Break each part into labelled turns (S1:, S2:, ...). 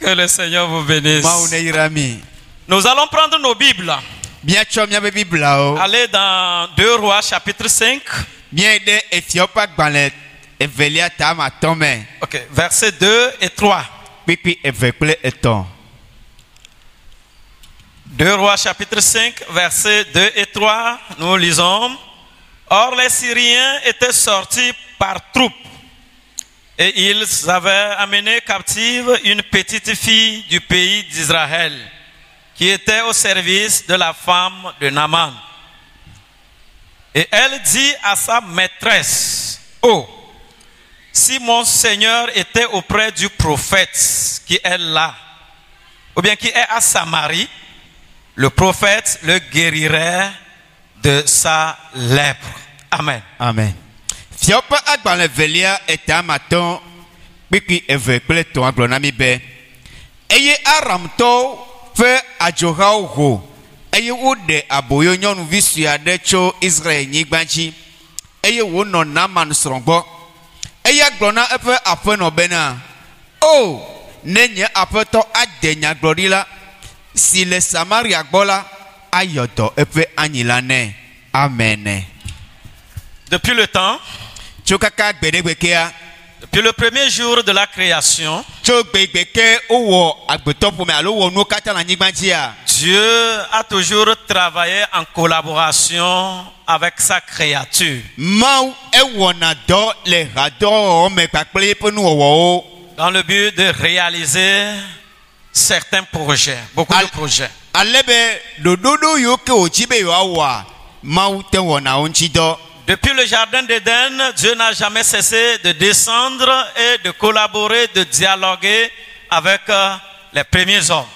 S1: Que le Seigneur vous bénisse.
S2: mawu ne yra mi
S1: Nous allons prendre nos Bibles.
S2: míatsɔ míaƒe biblawo
S1: Allez dans 2 Rois chapitre 5,
S2: míayi ɖe efiawo ƒe agbalẽ evelia tame atɔ̃ me
S1: ok, versets 2 et 3.
S2: kpikpi eve kple etɔ̃
S1: 2 Rois chapitre 5, versets 2 et 3, nous lisons. Or les Syriens étaient sortis par troupes et ils avaient amené captive une petite fille du pays d'Israël qui était au service de la femme de Naaman. Et elle dit à sa maîtresse, Oh, si mon Seigneur était auprès du prophète qui est là, ou bien qui est à Samarie, le prophète le guérirait de sa lèpre. Amen.
S2: amen fiawo ƒe agbalẽ evelia etame atɔ̃ kpikpi eve kple etɔ̃ agblɔ na mi be eye aramtɔwo ƒe adzohawo ho eye woɖe aboyo nyɔnuvi sue aɖe tso israel nyigba dzi eye wonɔ naman srɔ̃ gbɔ eya gblɔ na eƒe aƒenɔ bena o ne nye aƒetɔ ade nyagblɔɖila si le samaria gbɔ la ayɔ dɔ eƒe anyi la nɛ amen
S1: Depuis le temps,
S2: tso kaka gbeɖegbekea
S1: depuis le premier jour de la création,
S2: tso gbegbe ke wowɔ agbetɔ ƒome alo wɔ nuwo katã le anyigba dzia
S1: Dieu a toujours travaillé en collaboration avec sa créature.
S2: mawu ewɔna dɔ le hadɔwɔwɔ me kpakple eƒe nuwɔwɔwo
S1: dans le but de réaliser certains projets, beaucoup de
S2: Al-
S1: projets.
S2: ale be ɖoɖoɖo yiwo ke wòdzi be yewoawɔa mawu te wɔna wo ŋutsi dɔ
S1: Depuis le jardin d'Éden, Dieu n'a jamais cessé de descendre et de collaborer, de dialoguer avec euh, les premiers hommes.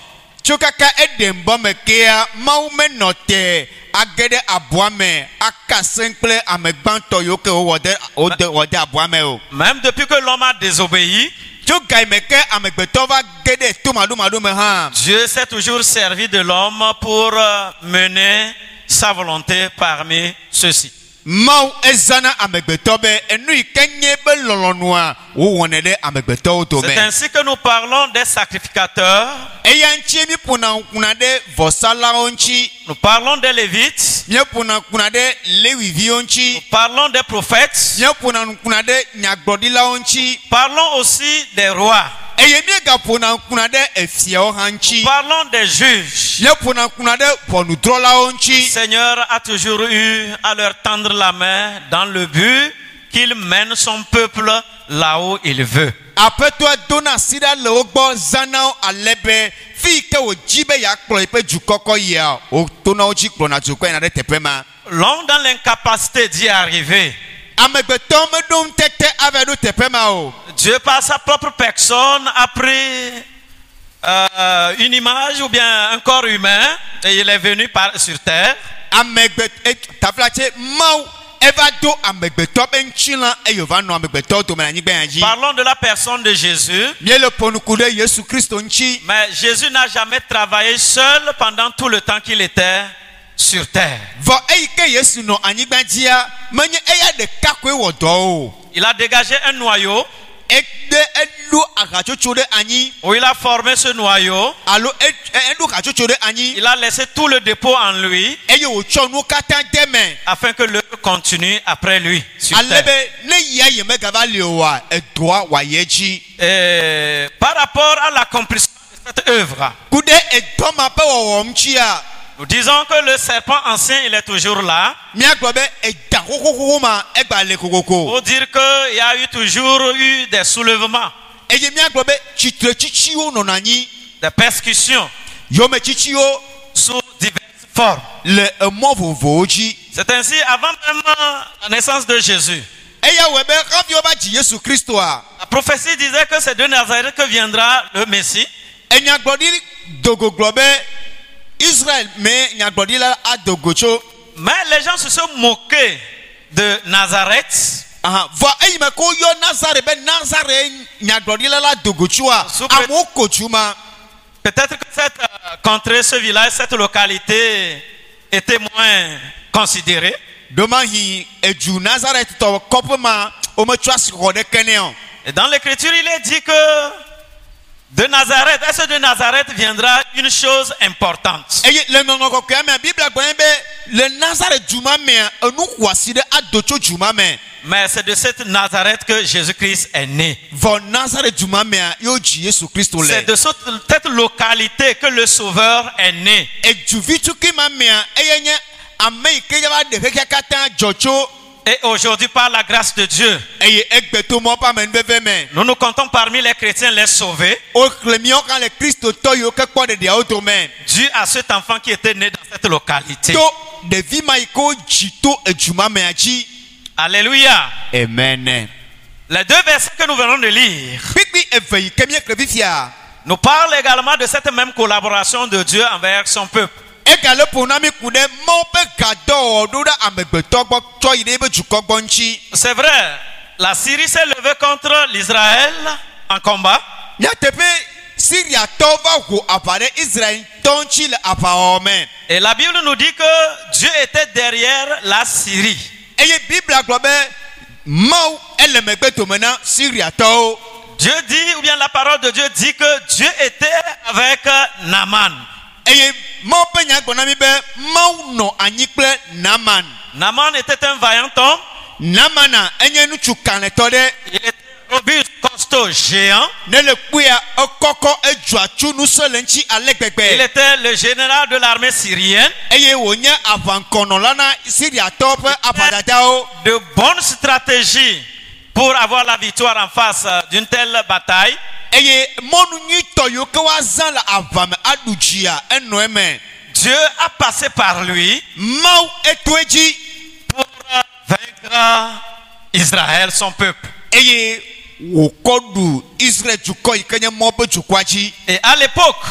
S2: tso kaka eɖem bɔ me kea mawu menɔ te age ɖe aboa me aka se kple ame gbãtɔ yiwo ke wowɔ de wode- wɔ de aboa me o
S1: Même depuis que l'homme a désobéi,
S2: tso ga yi me ke amegbetɔ va ge ɖe to maɖomaɖo me hã
S1: Dieu s'est toujours servi de l'homme pour euh, mener sa volonté parmi ceux-ci.
S2: mawu ezana amegbetɔ be enu yi ke nye be lɔlɔnua wowɔnɛ ɖe amegbetɔwo
S1: C'est
S2: dome
S1: ainsi que nous parlons des sacrificateurs,
S2: eya ŋutie míƒona ŋkuna ɖe vɔsalawo ŋuti
S1: nous parlons des lévites,
S2: míeƒona ŋkuna ɖe lewiviwo
S1: nous
S2: ŋuti
S1: parlons des prophètes,
S2: míeƒona ŋkuna ɖe nyagblɔɖilawo ŋuti
S1: parlons aussi des rois.
S2: eye míegaƒona ŋkuna ɖe efiawo hã ŋuti
S1: Parlons des juges.
S2: míeƒona ŋkuna ɖe ʋɔnudrɔlawo
S1: Le
S2: ŋuti
S1: Seigneur a toujours eu à leur tendre la main dans le but qu'il mène son peuple là où il veut.
S2: aƒetɔa dona asi ɖa le wo gbɔ zanawo ale be fi yi ke wòdzi be yeakplɔ yiƒe dukɔkɔ yia wotona wo dzi kplɔna dukɔ yina ɖe teƒe ma
S1: L'homme dans l'incapacité d'y arriver,
S2: amegbetɔ meɖo ŋutete ava ɖo teƒe ma o
S1: Dieu par sa propre personne a pris euh, une image ou bien un corps humain et il est venu par, sur terre.
S2: amegbetɔ e, taflatse mawu eva do amegbetɔ be ŋutilã eye wòva nɔ amegbetɔ dome le anyigba ya dzi
S1: Parlons de la personne de Jésus.
S2: míele ƒonuku ɖe yesu kristo ŋuti
S1: Mais Jésus n'a jamais travaillé seul pendant tout le temps qu'il était sur terre.
S2: vɔ eyi ke yesu nɔ anyigba dzia menye eya ɖeka koe wɔ dɔ o
S1: Il a dégagé un noyau
S2: ede eɖo ahatsotso ɖe anyi
S1: où il a formé ce noyau.
S2: alo e- e- eɖo hatsotso ɖe anyi
S1: Il a laissé tout le dépôt en lui
S2: eye wòtsɔ nuwo katã de me
S1: afin que l'œuvre continue après lui. sur
S2: ale
S1: terre.
S2: be ne yia yi megava li oa edoa wòayi edzi
S1: Et par rapport à l'accomplissement de cette œuvre,
S2: ku ɖe edɔ ma ƒe wɔwɔ ŋutia
S1: nous disons que le serpent ancien, il est toujours là.
S2: míagblɔ be eda xoxoxoxo ma egba le kokoko
S1: Pour dire qu'il y a eu toujours eu des soulèvements,
S2: eye míagblɔ be tsitretsitsiwo nɔna anyi
S1: des persécutions
S2: yometsitsiwo
S1: sous diverses formes.
S2: le emɔ vovovowo dzi
S1: C'est ainsi, avant même la naissance de Jésus,
S2: eya wɔe be xafi wova dzi yesu kristoa
S1: la prophétie disait que c'est de Nazareth que viendra le Messie.
S2: enyagblɔɖi dogo gblɔ be israel me nyagblɔɖila adogo tso
S1: Mais les gens se sont moqués de Nazareth
S2: aha vɔ eyi me ko yɔ nazare be nazare nyagblɔɖila la dogo tsoa
S1: Super.
S2: amewo ko tsu ma
S1: Peut-être que cette euh, contrée, ce village, cette localité était moins considérée.
S2: domahi edu nazaret tɔ kɔƒe ma wometsɔ asixɔ ɖeke nɛ o
S1: Et dans l'écriture, il est dit que De Nazareth, est-ce que de Nazareth viendra une chose importante
S2: eye le ŋɔŋɔ kɔkɔe mea biblia gblɔ anyi be le nazaret duma mea enu xɔasi ɖe ado tso duma me
S1: Mais c'est de cette Nazareth que Jésus-Christ est né.
S2: vɔ nazaret duma mea yewo dzi yesu kristu
S1: C'est
S2: le
S1: de cette cette localité que le Sauveur est né.
S2: eduvi tukui E ma mea eye nye ame yi ke yava ɖe xexea katã dzɔ tso
S1: Et aujourd'hui, par la grâce de Dieu,
S2: eye egbe to mɔ ƒe amenuveve me
S1: nous nous comptons parmi les chrétiens les sauvés
S2: woxlẽ míawo kan le kristotɔ yiwo ke kpɔ ɖeɖiawo dome
S1: dû à cet enfant qui était né dans cette localité.
S2: to ɖevi ma yi ke wodzi to e eduma mea dzi
S1: Alléluia.
S2: amen
S1: Les deux versets que nous venons de lire
S2: kpikpi eve yi ke e míexlẽ fifia
S1: nous parlent également de cette même collaboration de Dieu envers son peuple.
S2: egale ƒo na mi ku ɖe mawo ƒe gadɔwɔ ɖo ɖe amegbetɔ gbɔ tsɔ yi ɖe eƒe dukɔ gbɔ ŋtsi
S1: C'est vrai, la Syrie s'est levée contre l'Israël en combat,
S2: nyateƒe siriatɔwo va ho aʋa ɖe israelitɔ ŋtsi le aʋawɔwɔ me
S1: et la Bible nous dit que Dieu était derrière la Syrie.
S2: eye biblia gblɔ be mawu ele megbe dome na siriatɔwo
S1: Dieu dit, ou bien la parole de Dieu dit que Dieu était avec Naaman.
S2: eye mawu ƒe nya gblɔ na mi be mawu nɔ anyi kple naman
S1: Naaman était un vaillant homme,
S2: namana enye ŋutsu kalẽtɔ ɖe
S1: il était robuste, costaud, géant.
S2: ne le kpuia ekɔkɔ edzoa tso nusɔ le ŋtsi ale
S1: Il
S2: gbegbe
S1: était le général de l'armée syrienne,
S2: eye wònye aʋankɔnɔla na siriatɔwo ƒe aʋadadawo
S1: de bonnes stratégies pour avoir la victoire en face euh, d'une telle bataille.
S2: eye mɔnu nyuitɔ yiwo ke woazã le aʋa me aɖu dzia enɔ eme
S1: Dieu a passé par lui
S2: mawu etoe dzi
S1: pour euh, vaincre euh, Israël, son peuple.
S2: eye wòkɔ ɖu israel dukɔ yi ke nye mɔ ƒe dukɔa dzi
S1: Et à l'époque,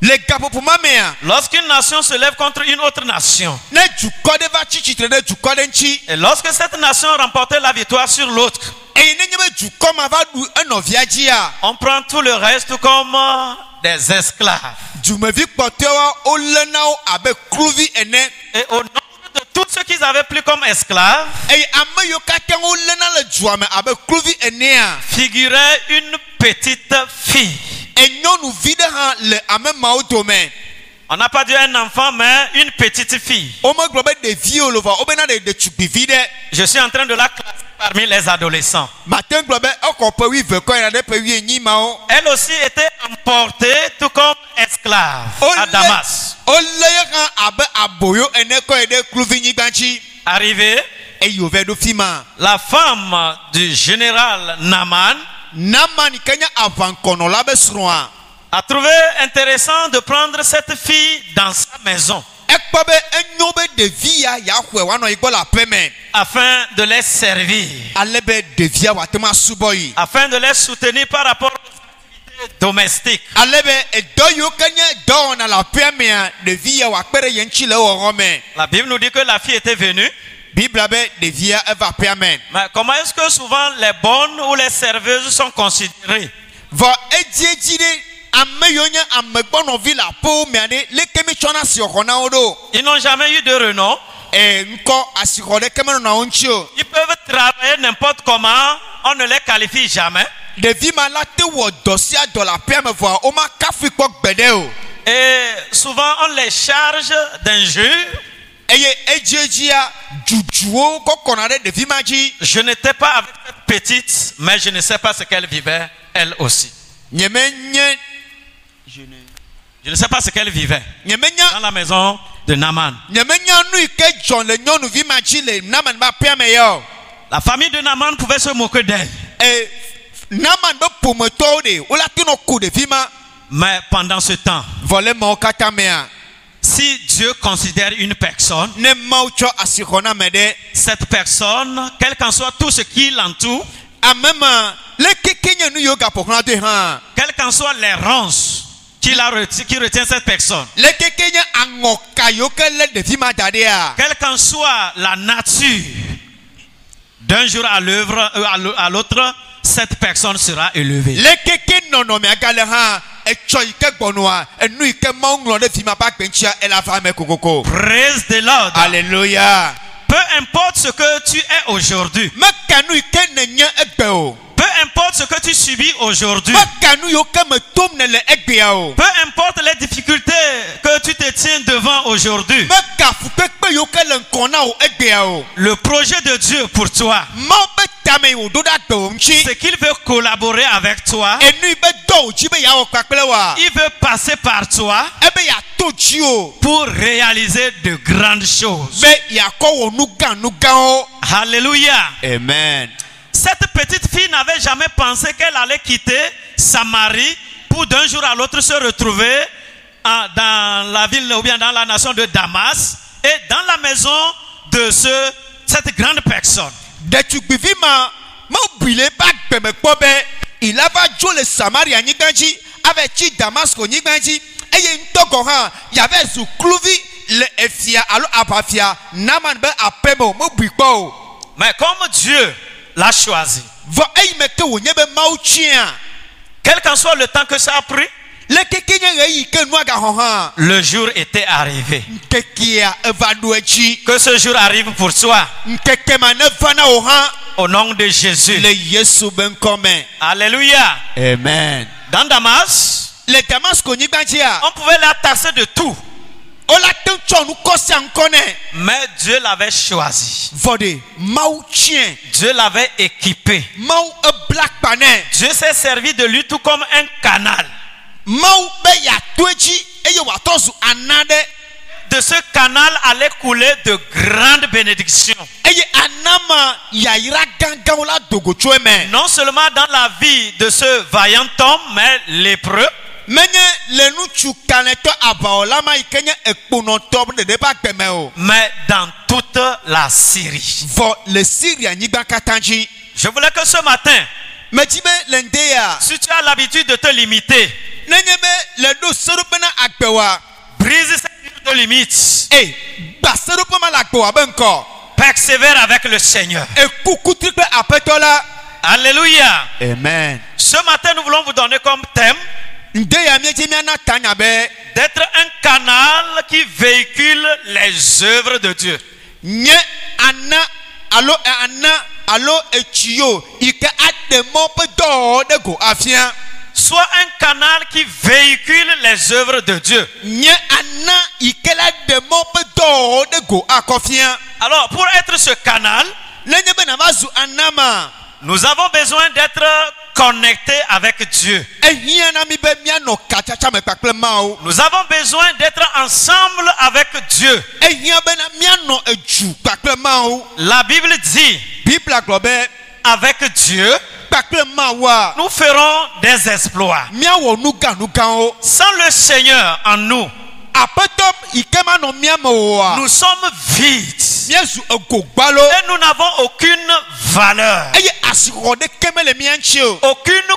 S2: le gaƒoƒo ma mea
S1: lorsqu'une nation se lève contre une autre nation,
S2: ne dukɔ ɖe va tsi tsitre ɖe dukɔ ɖe ŋtsi
S1: et lorsque cette nation remportait la victoire sur l'autre,
S2: eye nenye be dukɔ ma va ɖu enɔvia dzia
S1: on prend tout le reste comme euh, des esclaves.
S2: dumevi kpɔtɔewa wolé na wo abe kluvi ene
S1: Et au nom de tous ceux qu'ils avaient pris comme esclaves,
S2: eye ame yiwo katã wolé na le dua me abe kluvi enea
S1: figurait une petite fille.
S2: enyɔnuvi ɖe hã le ame mawo dome
S1: On n'a pas dit un enfant, mais une petite fille.
S2: womegblɔ be ɖeviwo lova wobena ɖe ɖetugbivi ɖe
S1: Je suis en train de la classer parmi les adolescents.
S2: mate ŋu gblɔ be exɔ ƒe wuive kɔ yina ɖe ƒe wuienyi mawo
S1: Elle aussi était emportée tout comme esclave à Damas.
S2: wolé ye hã abe aboyo ene kɔ yi ɖe kluvinyigba ŋtsi
S1: Arrivée,
S2: eye wòvɛ ɖo fi ma
S1: la femme du général Naman
S2: naman yi ke nye aʋankɔnɔla be srɔ̃a
S1: a trouvé intéressant de prendre cette fille dans sa maison
S2: ekpɔ be enyo be ɖevi ya yaxɔe woanɔ yi gbɔ le aƒe me
S1: afin de les servir,
S2: alebe ɖevia wòate ma subɔ yi
S1: afin de les soutenir par rapport aux activités domestiques.
S2: alebe edɔ yiwo ke nye dɔwɔna le aƒea mea ɖevi ya wòakpe ɖe ye ŋtsi le wɔwɔ me
S1: La Bible nous dit que la fille était venue.
S2: biblia be ɖevia eva aƒea me
S1: Mais comment est-ce que souvent les bonnes ou les serveuses sont considérées
S2: vɔ edie dzi ɖe ame yiwo nye amegbɔnɔvi le aƒewo mea ɖe leke mi tsɔna asixɔ na E, wo ɖo
S1: Ils n'ont jamais eu de renom.
S2: ee ŋkɔ asixɔ ɖeke menɔna wo ŋtsi o
S1: Ils peuvent travailler n'importe comment. On ne les qualifie jamais.
S2: ɖevi ma la te wɔ dɔ sia dɔ le aƒea me vɔa woma kafui kpɔ gbeɖe o
S1: Et souvent, on les charge d'injures.
S2: eye edie dzia dzudzuwo kɔ kɔna ɖe ɖevi ma dzi
S1: Je n'étais pas avec cette petite, mais je ne sais pas ce qu'elle vivait, elle aussi.
S2: nye menye
S1: Je ne sais pas ce qu'elle vivait
S2: nye
S1: dans
S2: menya
S1: la maison de Naaman.
S2: nye menya nu yi ke dzɔ le nyɔnuvi ma dzi le naman ƒe aƒea me ya o E,
S1: La famille de Naaman pouvait se moquer d'elle.
S2: ee naman ƒe ƒometɔwo ɖe wo la te nɔ ku ɖevi ma
S1: Mais pendant ce temps,
S2: vɔ le mawo katã mea.
S1: si Dieu considère une personne,
S2: ne mawo tsɔ asixɔ na ame ɖe
S1: cette personne, quel qu'en soit tout ce qui l'entoure,
S2: ame ma le keke nye nu yiwo gaƒoxla doe hã
S1: quelles qu'en soient les ronces qui, la reti- qui retient cette personne,
S2: le keke nye aŋɔka yiwo ke lé ɖevi ma da ɖea
S1: quelle qu'en soit la nature, d'un jour à l'œuvre, euh, à l'au- à l'autre, cette personne sera élevée.
S2: le keke nɔnɔmea gale hã etsɔ yi E ke gbɔnɔa enu yi ke mawo ŋlɔ ɖe fi ma ƒe agbɛntsia ele ava eme kokoko
S1: Praise de l'ordre.
S2: aleluya
S1: Peu importe ce que tu es aujourd'hui,
S2: meka nu yi ke ne nye egbe o
S1: peu Peu importe ce que tu subis aujourd'hui,
S2: meka nu yiwo ke me tom ne le egbea o
S1: peu importe les difficultés que tu te tiens devant aujourd'hui,
S2: meka fukpekpe yiwo ke le ŋkɔ na o egbea o
S1: le projet de Dieu pour toi,
S2: mawu be tame yi wòɖo ɖe agbe wo ŋtsi
S1: c'est qu'il veut collaborer avec toi,
S2: enu yi be dɔ wo dzi be yeawɔ kpakple wa
S1: il veut passer par toi
S2: ebe yeato dzi o
S1: pour réaliser de grandes choses.
S2: be yeakɔ wɔ nu gã nu gãwo
S1: Alléluia.
S2: amen
S1: Cette petite fille n'avait jamais pensé qu'elle allait quitter Samarie pour d'un jour à l'autre se retrouver en- dans la ville ou bien dans la nation de Damas et dans la maison de ce, cette grande personne.
S2: ɖetugbivi ma mebui le eƒe agbeme kpɔ be yi la va dzo le samaria nyigba dzi ava tsi damasko nyigba dzi eye ŋutɔ gɔ hã yava zu kluvi le efia alo aʋafia naman be aƒe me o mebui kpɔ o
S1: Mais comme Dieu l'a choisi,
S2: vɔ eyime ke wònye be mawu tsia
S1: quel qu'en soit le temps que ça a pris,
S2: le keke nye ɣe yi ke nua gahɔ hã
S1: le jour était arrivé.
S2: ŋkekea eva ɖo edzi
S1: Que ce jour arrive pour toi,
S2: ŋkeke ma ne va na wò hã
S1: au nom de Jésus.
S2: le yesu be ŋkɔ me
S1: Alléluia.
S2: amen
S1: Dans Damas,
S2: le damasko nyigba dzia
S1: on pouvait la tasser de tout,
S2: wola te ŋu tsɔ nukɔ sia ŋkɔ nɛ.
S1: mais Dieu l'avait choisi.
S2: vɔɖe mawu tiɛ
S1: Dieu l'avait équipé.
S2: mawu ebla kpa nɛ
S1: Dieu s'est servi de lui tout comme un canal.
S2: mawu be yeato edzi eye wòatɔ zu ana ɖe
S1: De ce canal allait couler de grandes bénédictions.
S2: eye ana ma yayra gãgãwo la dogo tso eme
S1: Non seulement dans la vie de ce vaillant homme, mais lépreux,
S2: menye le nutsu kalẽtɔ aʋawɔla ma yi ke nye ekponɔtɔ be ɖeɖe ƒe agbe me o
S1: mais dans toute la Syrie.
S2: vɔ le siria nyigba katã dzi
S1: Je voulais que ce matin,
S2: medzi be le ŋde ya
S1: si tu as l'habitude de te limiter,
S2: nenye be le ɖo seɖoƒe na agbewa
S1: brise cette mur de limites.
S2: e gba seɖoƒe ma le agbewa be ŋkɔ
S1: Persévère avec le Seigneur.
S2: ekukutri kple aƒetɔ la
S1: Alléluia.
S2: amen
S1: Ce matin, nous voulons vous donner comme thème
S2: ŋde ya miedzi miana tanya be
S1: d'être un canal qui véhicule les œuvres de Dieu.
S2: nye ana alo e ana alo etsi yio yi ke aɖe mɔ ƒe dɔwɔwɔ ɖe go afia
S1: Sois un canal qui véhicule les œuvres de Dieu.
S2: nye ana yi ke la ɖe mɔ ƒe dɔwɔwɔ ɖe go akɔ fia
S1: Alors, pour être ce canal,
S2: ne nye be nava zu ana ma
S1: nous avons besoin d'être connectés avec Dieu.
S2: ehia na mi be mianɔ katsatsa me kpakple mawo
S1: Nous avons besoin d'être ensemble avec Dieu.
S2: ehia bena mianɔ edu kpakple mawo
S1: La Bible dit,
S2: bibla gblɔ be
S1: avec Dieu,
S2: kpakple mawoa
S1: nous ferons des exploits.
S2: miawɔ nu gã nu gãwo
S1: Sans le Seigneur en nous,
S2: aƒetɔ yi ke manɔ miame oa
S1: nous sommes vides
S2: miazu ego gbalo.
S1: et nous n'avons aucune valeur,
S2: eye asixɔ ɖeke mele mía ŋtsi o
S1: aucune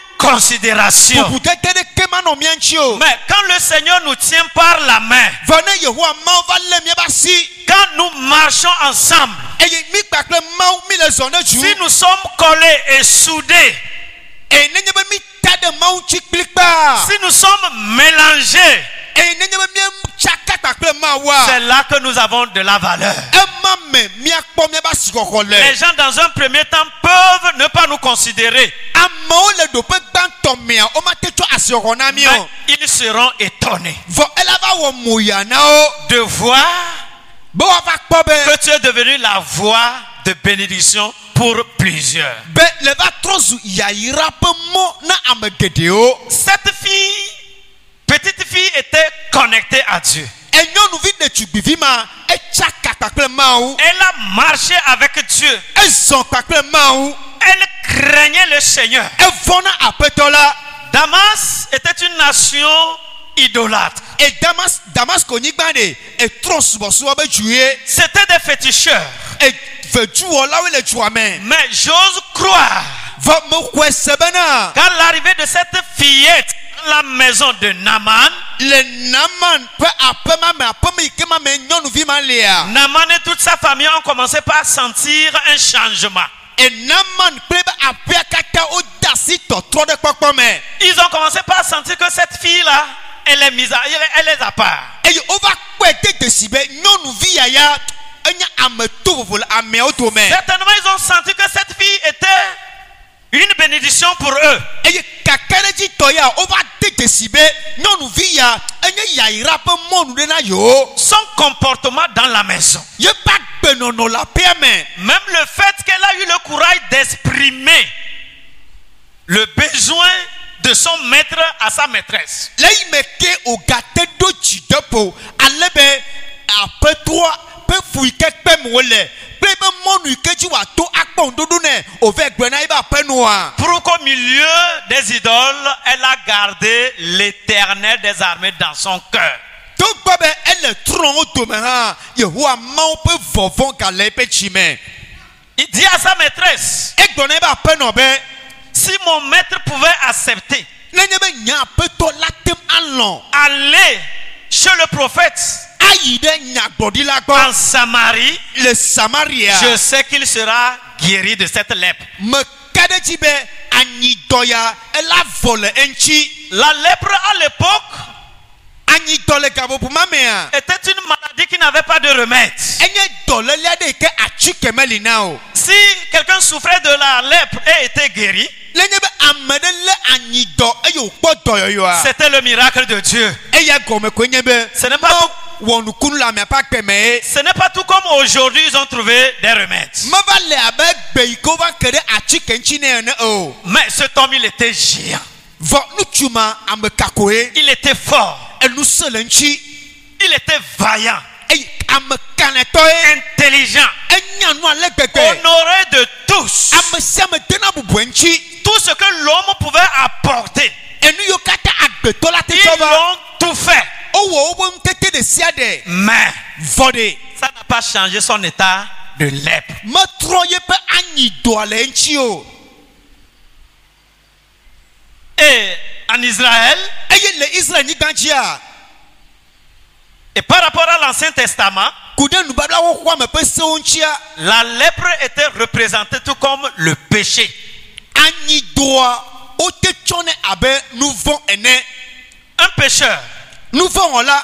S1: considération.
S2: bubutete ɖeke ma nɔ mía ŋtsi o
S1: Mais quand le Seigneur nous tient par la main,
S2: vɔ ne yehowa mawo va lé míaƒe asi
S1: Quand nous marchons ensemble,
S2: eye mí kpakple mawo mí le zɔ ne dzu
S1: si nous sommes collés et soudés,
S2: eye nenye be mí ta ɖe mawo ŋtsi kplikpaa
S1: si nous sommes mélangés,
S2: eye nenye be mía tsaka kpakple mawoa
S1: c'est là que nous avons de la valeur.
S2: ema me míakpɔ míaƒe asixɔxɔ
S1: Les
S2: le
S1: gens, dans un premier temps, peuvent ne pas nous considérer,
S2: amewo le ɖoƒe gbãtɔ mea wo mate tsɔ asixɔxɔ na mí
S1: mais
S2: o
S1: ils seront étonnés
S2: vɔ ela va wɔ moya na wo
S1: de voir
S2: be woava kpɔ be
S1: que tu es devenu la voie de bénédiction pour plusieurs.
S2: be le va trɔ zu yayra ƒe mɔ na ame geɖewo
S1: Cette fille, petite fille, était connectée à Dieu.
S2: E enyɔnuvi ɖetugbivi ma etsaka kpakple mawu
S1: Elle a marché avec Dieu.
S2: ezɔ kpakple mawu
S1: Elle craignait le Seigneur.
S2: evɔ na aƒetɔ la
S1: Damas était une nation idolâtre.
S2: edamas damasko nyigba E ɖe etrɔ subɔsubɔ be dzue
S1: C'était des féticheurs.
S2: evedzuwɔlawoe le dua me
S1: Mais j'ose croire
S2: vɔ mexɔe se bena
S1: qu'à l'arrivée de cette fillette dans la maison de Naaman,
S2: le naman ƒe aƒe ma me aƒe me yi ke ma me nyɔnuvi ma lea
S1: Naaman et toute sa famille ont commencé par sentir un changement.
S2: enaman kple eƒe aƒea katã wode asi tɔtrɔ ɖe kpɔkpɔ me
S1: Ils ont commencé par sentir que cette fille-là, elle est mise à, elle, est- elle est à part.
S2: eye wova kpɔe de desi be nyɔnuvi yaya enye ame to vovo le ameawo dome
S1: Certainement, ils ont senti que cette fille était une bénédiction pour eux.
S2: eye kake ɖe dzi tɔ ya wova de dzesi be nyɔnuvi ya enye yayira ƒe mɔnu ɖe na yewo
S1: Son comportement dans la maison.
S2: yeƒe agbenɔnɔ le aƒea me
S1: Même le fait qu'elle a eu le courage d'exprimer le besoin de son maître à sa maîtresse.
S2: le yi me ke wògate ɖo dzi ɖe ƒo ale be aƒetoa ƒe fu yi ke kpem wòle kple eƒe mɔnu yi ke dzi wòato akpɔ ŋuɖoɖo nɛ wòva gbe na eƒe aƒenɔa
S1: Pour qu'au milieu des idoles, elle a gardé l'éternel des armées dans son cœur.
S2: togbɔ be ele trɔ̃wo dome hã yehowa mawo ƒe vɔvɔ gale E eƒe dzi me
S1: Il dit à sa maîtresse,
S2: egblɔ na eƒe aƒenɔ be
S1: si mon maître pouvait accepter,
S2: nenye be nya aƒetɔ la tem alɔ
S1: aller chez le prophète
S2: ayi ɖe nyagbɔɖila
S1: en
S2: gbɔ
S1: Samarie,
S2: le samaria
S1: je sais qu'il sera guéri de cette lèpre.
S2: meke ɖe dzi be E anyidɔ ya ela vɔ le eŋtsi
S1: La lèpre à l'époque
S2: anyidɔ le gaƒoƒo ma mea
S1: était une maladie qui n'avait pas de remède.
S2: enye dɔlélia ɖe yi ke atsike meli na o
S1: Si quelqu'un souffrait de la lèpre et était guéri,
S2: lenye be ame ɖe lé anyidɔ eye wòkpɔ dɔyɔyɔa
S1: c'était le miracle de Dieu.
S2: eya gɔme koe nye be
S1: Ce n'est pas, tout-
S2: wɔnukunu le amea ƒe akpeme ye
S1: ce n'est pas tout comme aujourd'hui, ils ont trouvé des remèdes.
S2: meva le abe gbe yi ke wova ke ɖe atsike ŋtsi nɛ ene o
S1: Mais cet homme, il était géant.
S2: vɔ nutsu ma ame kako ye
S1: Il était fort.
S2: enu se le ŋtsi
S1: Il était vaillant,
S2: eye ame kanetɔ ye
S1: intelligent,
S2: enya nu ale
S1: Oh,
S2: gbegbe
S1: honoré de tous.
S2: ame sia me dena bubu eŋtsi
S1: Tout ce que l'homme pouvait apporter,
S2: enu yiwo katã agbetɔ la te tsɔ
S1: ils
S2: va
S1: ont tout fait.
S2: wowɔ woƒe nutete ɖe sia ɖe
S1: Mais
S2: vɔ ɖe
S1: ça n'a pas changé son état de lèpre.
S2: metrɔ ye ƒe anyidɔa le eŋtsi o
S1: Et en Israël,
S2: eye le israel nyigba dzia
S1: et par rapport à l'Ancien Testament,
S2: ku ɖe nubabla xoxoa me ƒe sewo ŋtsia
S1: la lèpre était représentée tout comme le péché.
S2: anyidɔa wote tsɔnɛ abe nu vɔ ene
S1: Un pécheur,
S2: nu vɔwɔla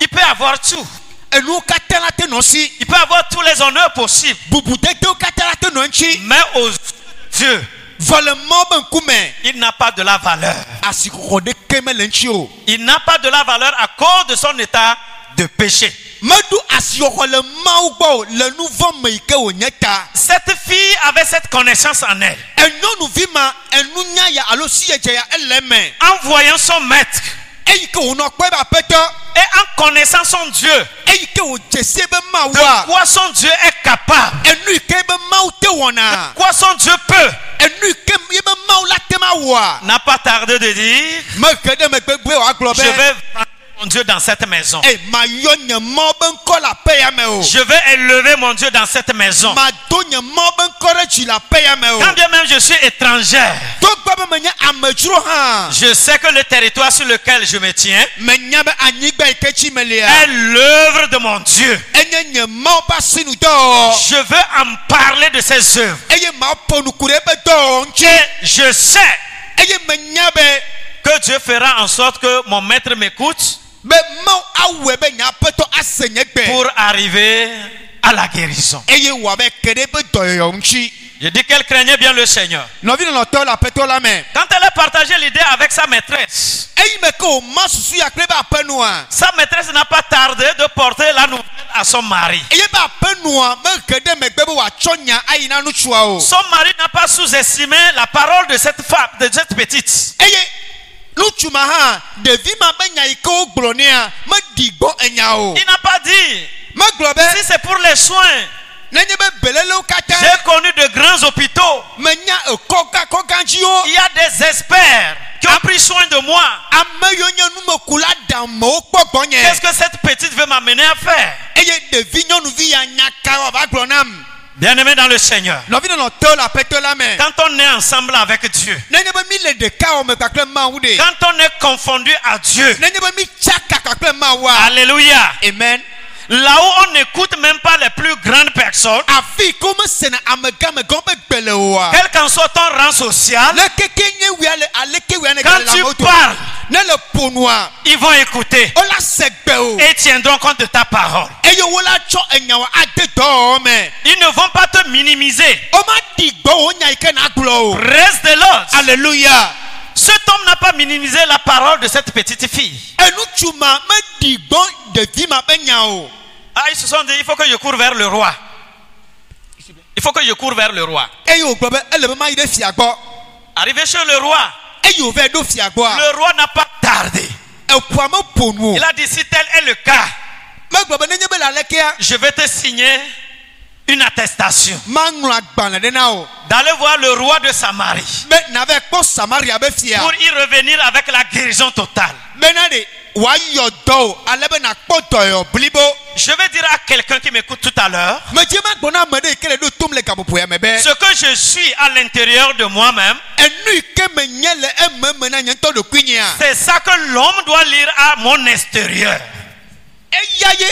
S1: il peut avoir tout.
S2: enuwo katã la te nɔ si
S1: Il peut avoir tous les honneurs possibles.
S2: bubudedewo katã la te nɔ eŋtsi
S1: Mais aux yeux de Dieu,
S2: vɔ le mɔ be ŋkume
S1: il n'a pas de la valeur.
S2: asixɔxɔ ɖeke mele eŋtsi o.
S1: Il n'a pas de la valeur à cause de son état de péché.
S2: meɖo asiɔxɔ le mawu gbɔ o le nu vɔ me yi ke wònye ta
S1: Cette fille avait cette connaissance en elle.
S2: enyɔnuvi ma enunya ya alo siyedze ya ele me
S1: En voyant son maître
S2: eyi ke wònɔ kpɔ ebe aƒetɔ
S1: et en connaissant son Dieu,
S2: eyi ke wòdze se be
S1: de
S2: mawua
S1: quoi son Dieu est capable,
S2: enu yi ke ebe mawu te wɔna
S1: quoi son Dieu peut,
S2: enu yi ke ebe mawu la te ma wɔa
S1: n'a pas tardé de dire
S2: mege ɖe megbegbe wòagblɔ
S1: Je vais
S2: be
S1: vanter mon Dieu dans cette maison.
S2: ey mayɔ nye mawu be ŋkɔ le aƒe ya me o
S1: Je vais élever mon Dieu dans cette maison.
S2: mado nye mawu be ŋkɔ ɖe dzi le aƒe ya me
S1: Quand
S2: o
S1: bien même je suis étrangère,
S2: togbɔ be menye amedzro hã
S1: je sais que le territoire sur lequel je me tiens
S2: menya be anyigba yi ke dzi melia
S1: est l'œuvre de mon Dieu.
S2: Eh, enye nye mawu ƒe asinudɔwɔwɔ.
S1: Je veux en parler de ses œuvres.
S2: eye maa ƒo nuku ɖe eƒe dɔwɔwɔ ŋuti
S1: Je sais
S2: eye menya be
S1: que Dieu fera en sorte que mon maître m'écoute
S2: be mawu awɔe be nye aƒetɔ ase nye gbe
S1: pour arriver à la guérison.
S2: eye wòabe ke ɖe eƒe dɔyɔyɔ ŋuti
S1: Je dis qu'elle craignait bien le Seigneur.
S2: nɔvi nɔnɔtɔ le aƒetɔ la me
S1: Quand elle a partagé l'idée avec sa maîtresse,
S2: eyi me ke wò ma susu ya kple eƒe aƒenɔa
S1: sa maîtresse n'a pas tardé de porter la nouvelle à son mari.
S2: eye be aƒenɔa mege ɖe megbe be wòatsɔ nya ayi na nutsua o
S1: Son mari n'a pas sous-estimé la parole de cette femme, de cette petite.
S2: eye nutsu ma hã ɖevi ma be nya yi ke wogblɔ nea meɖi gbɔ enya o
S1: Il n'a pas dit,
S2: megblɔ be
S1: si c'est pour les soins,
S2: nenye be belelewo katã
S1: j'ai connu de grands hôpitaux.
S2: menya ekɔgakɔga dziwo
S1: Il y a des experts qui ont pris soin de moi.
S2: ame yiwo nye numekula ɖamewo kpɔ
S1: Qu'est-ce
S2: gbɔnye
S1: que cette petite veut m'amener à faire
S2: eye ɖevi nyɔnuvi ya nyaka wòava gblɔ nam
S1: Bien-aimé dans le Seigneur,
S2: nɔvi nɔnɔ tɔ le aƒetɔ la me
S1: quand on est ensemble avec Dieu,
S2: nenye be mi le ɖeka wɔ me kpakple mawu de
S1: quand on est confondu à Dieu,
S2: nenye be mi tsaka kpakple mawua
S1: Alléluia,
S2: amen
S1: là où on n'écoute même pas les plus grandes personnes,
S2: afi yi ke womesena amegãmegã ƒe gbe le oa
S1: quel qu'en soit ton rang social,
S2: lekeke nye wia le aleke wia ne
S1: Quand
S2: gale le
S1: tu
S2: amewo dome.
S1: parles.
S2: ne le ƒonua
S1: ils vont écouter
S2: wola se gbe o
S1: et tiendront compte de ta parole.
S2: eye wola tsɔ enyawo ade dɔwɔwɔ me
S1: Ils ne vont pas te minimiser.
S2: womaɖi gbɔ wo nya yi ke nagblɔ o
S1: Reste de l'autre.
S2: aleluya
S1: Cet homme n'a pas minimisé la parole de cette petite fille.
S2: enutsu ma meɖi gbɔ ɖevi ma ƒe nya o
S1: Ah, ils se sont dit, il faut que je cours vers le roi. Il faut que je cours vers le roi.
S2: eye wògblɔ be ele be ma yi ɖe fia gbɔ
S1: Arrivé chez le roi,
S2: eye wòvɛ ɖo fia gbɔa
S1: le roi n'a pas tardé.
S2: eƒua meƒo nu o
S1: Il a dit, si tel est le cas,
S2: megblɔ be nenye be le alekea
S1: je vais te signer une attestation.
S2: maŋlɔ agbalẽ ɖe na o
S1: D'aller voir le roi de Samarie
S2: be nave kpɔ samaria be fia
S1: pour y revenir avec la guérison totale.
S2: bena de woayɔ dɔ o alebe nakpɔ dɔyɔ blibo
S1: Je vais dire à quelqu'un qui m'écoute tout à l'heure,
S2: medie magblɔ na ame ɖe yi ke le ɖo tom le gaƒoƒoya me be
S1: ce que je suis à l'intérieur de moi-même,
S2: enu yi ke menye le ememe na nye ŋutɔ ɖokui nyea
S1: c'est ça que l'homme doit lire à mon extérieur.
S2: eya ye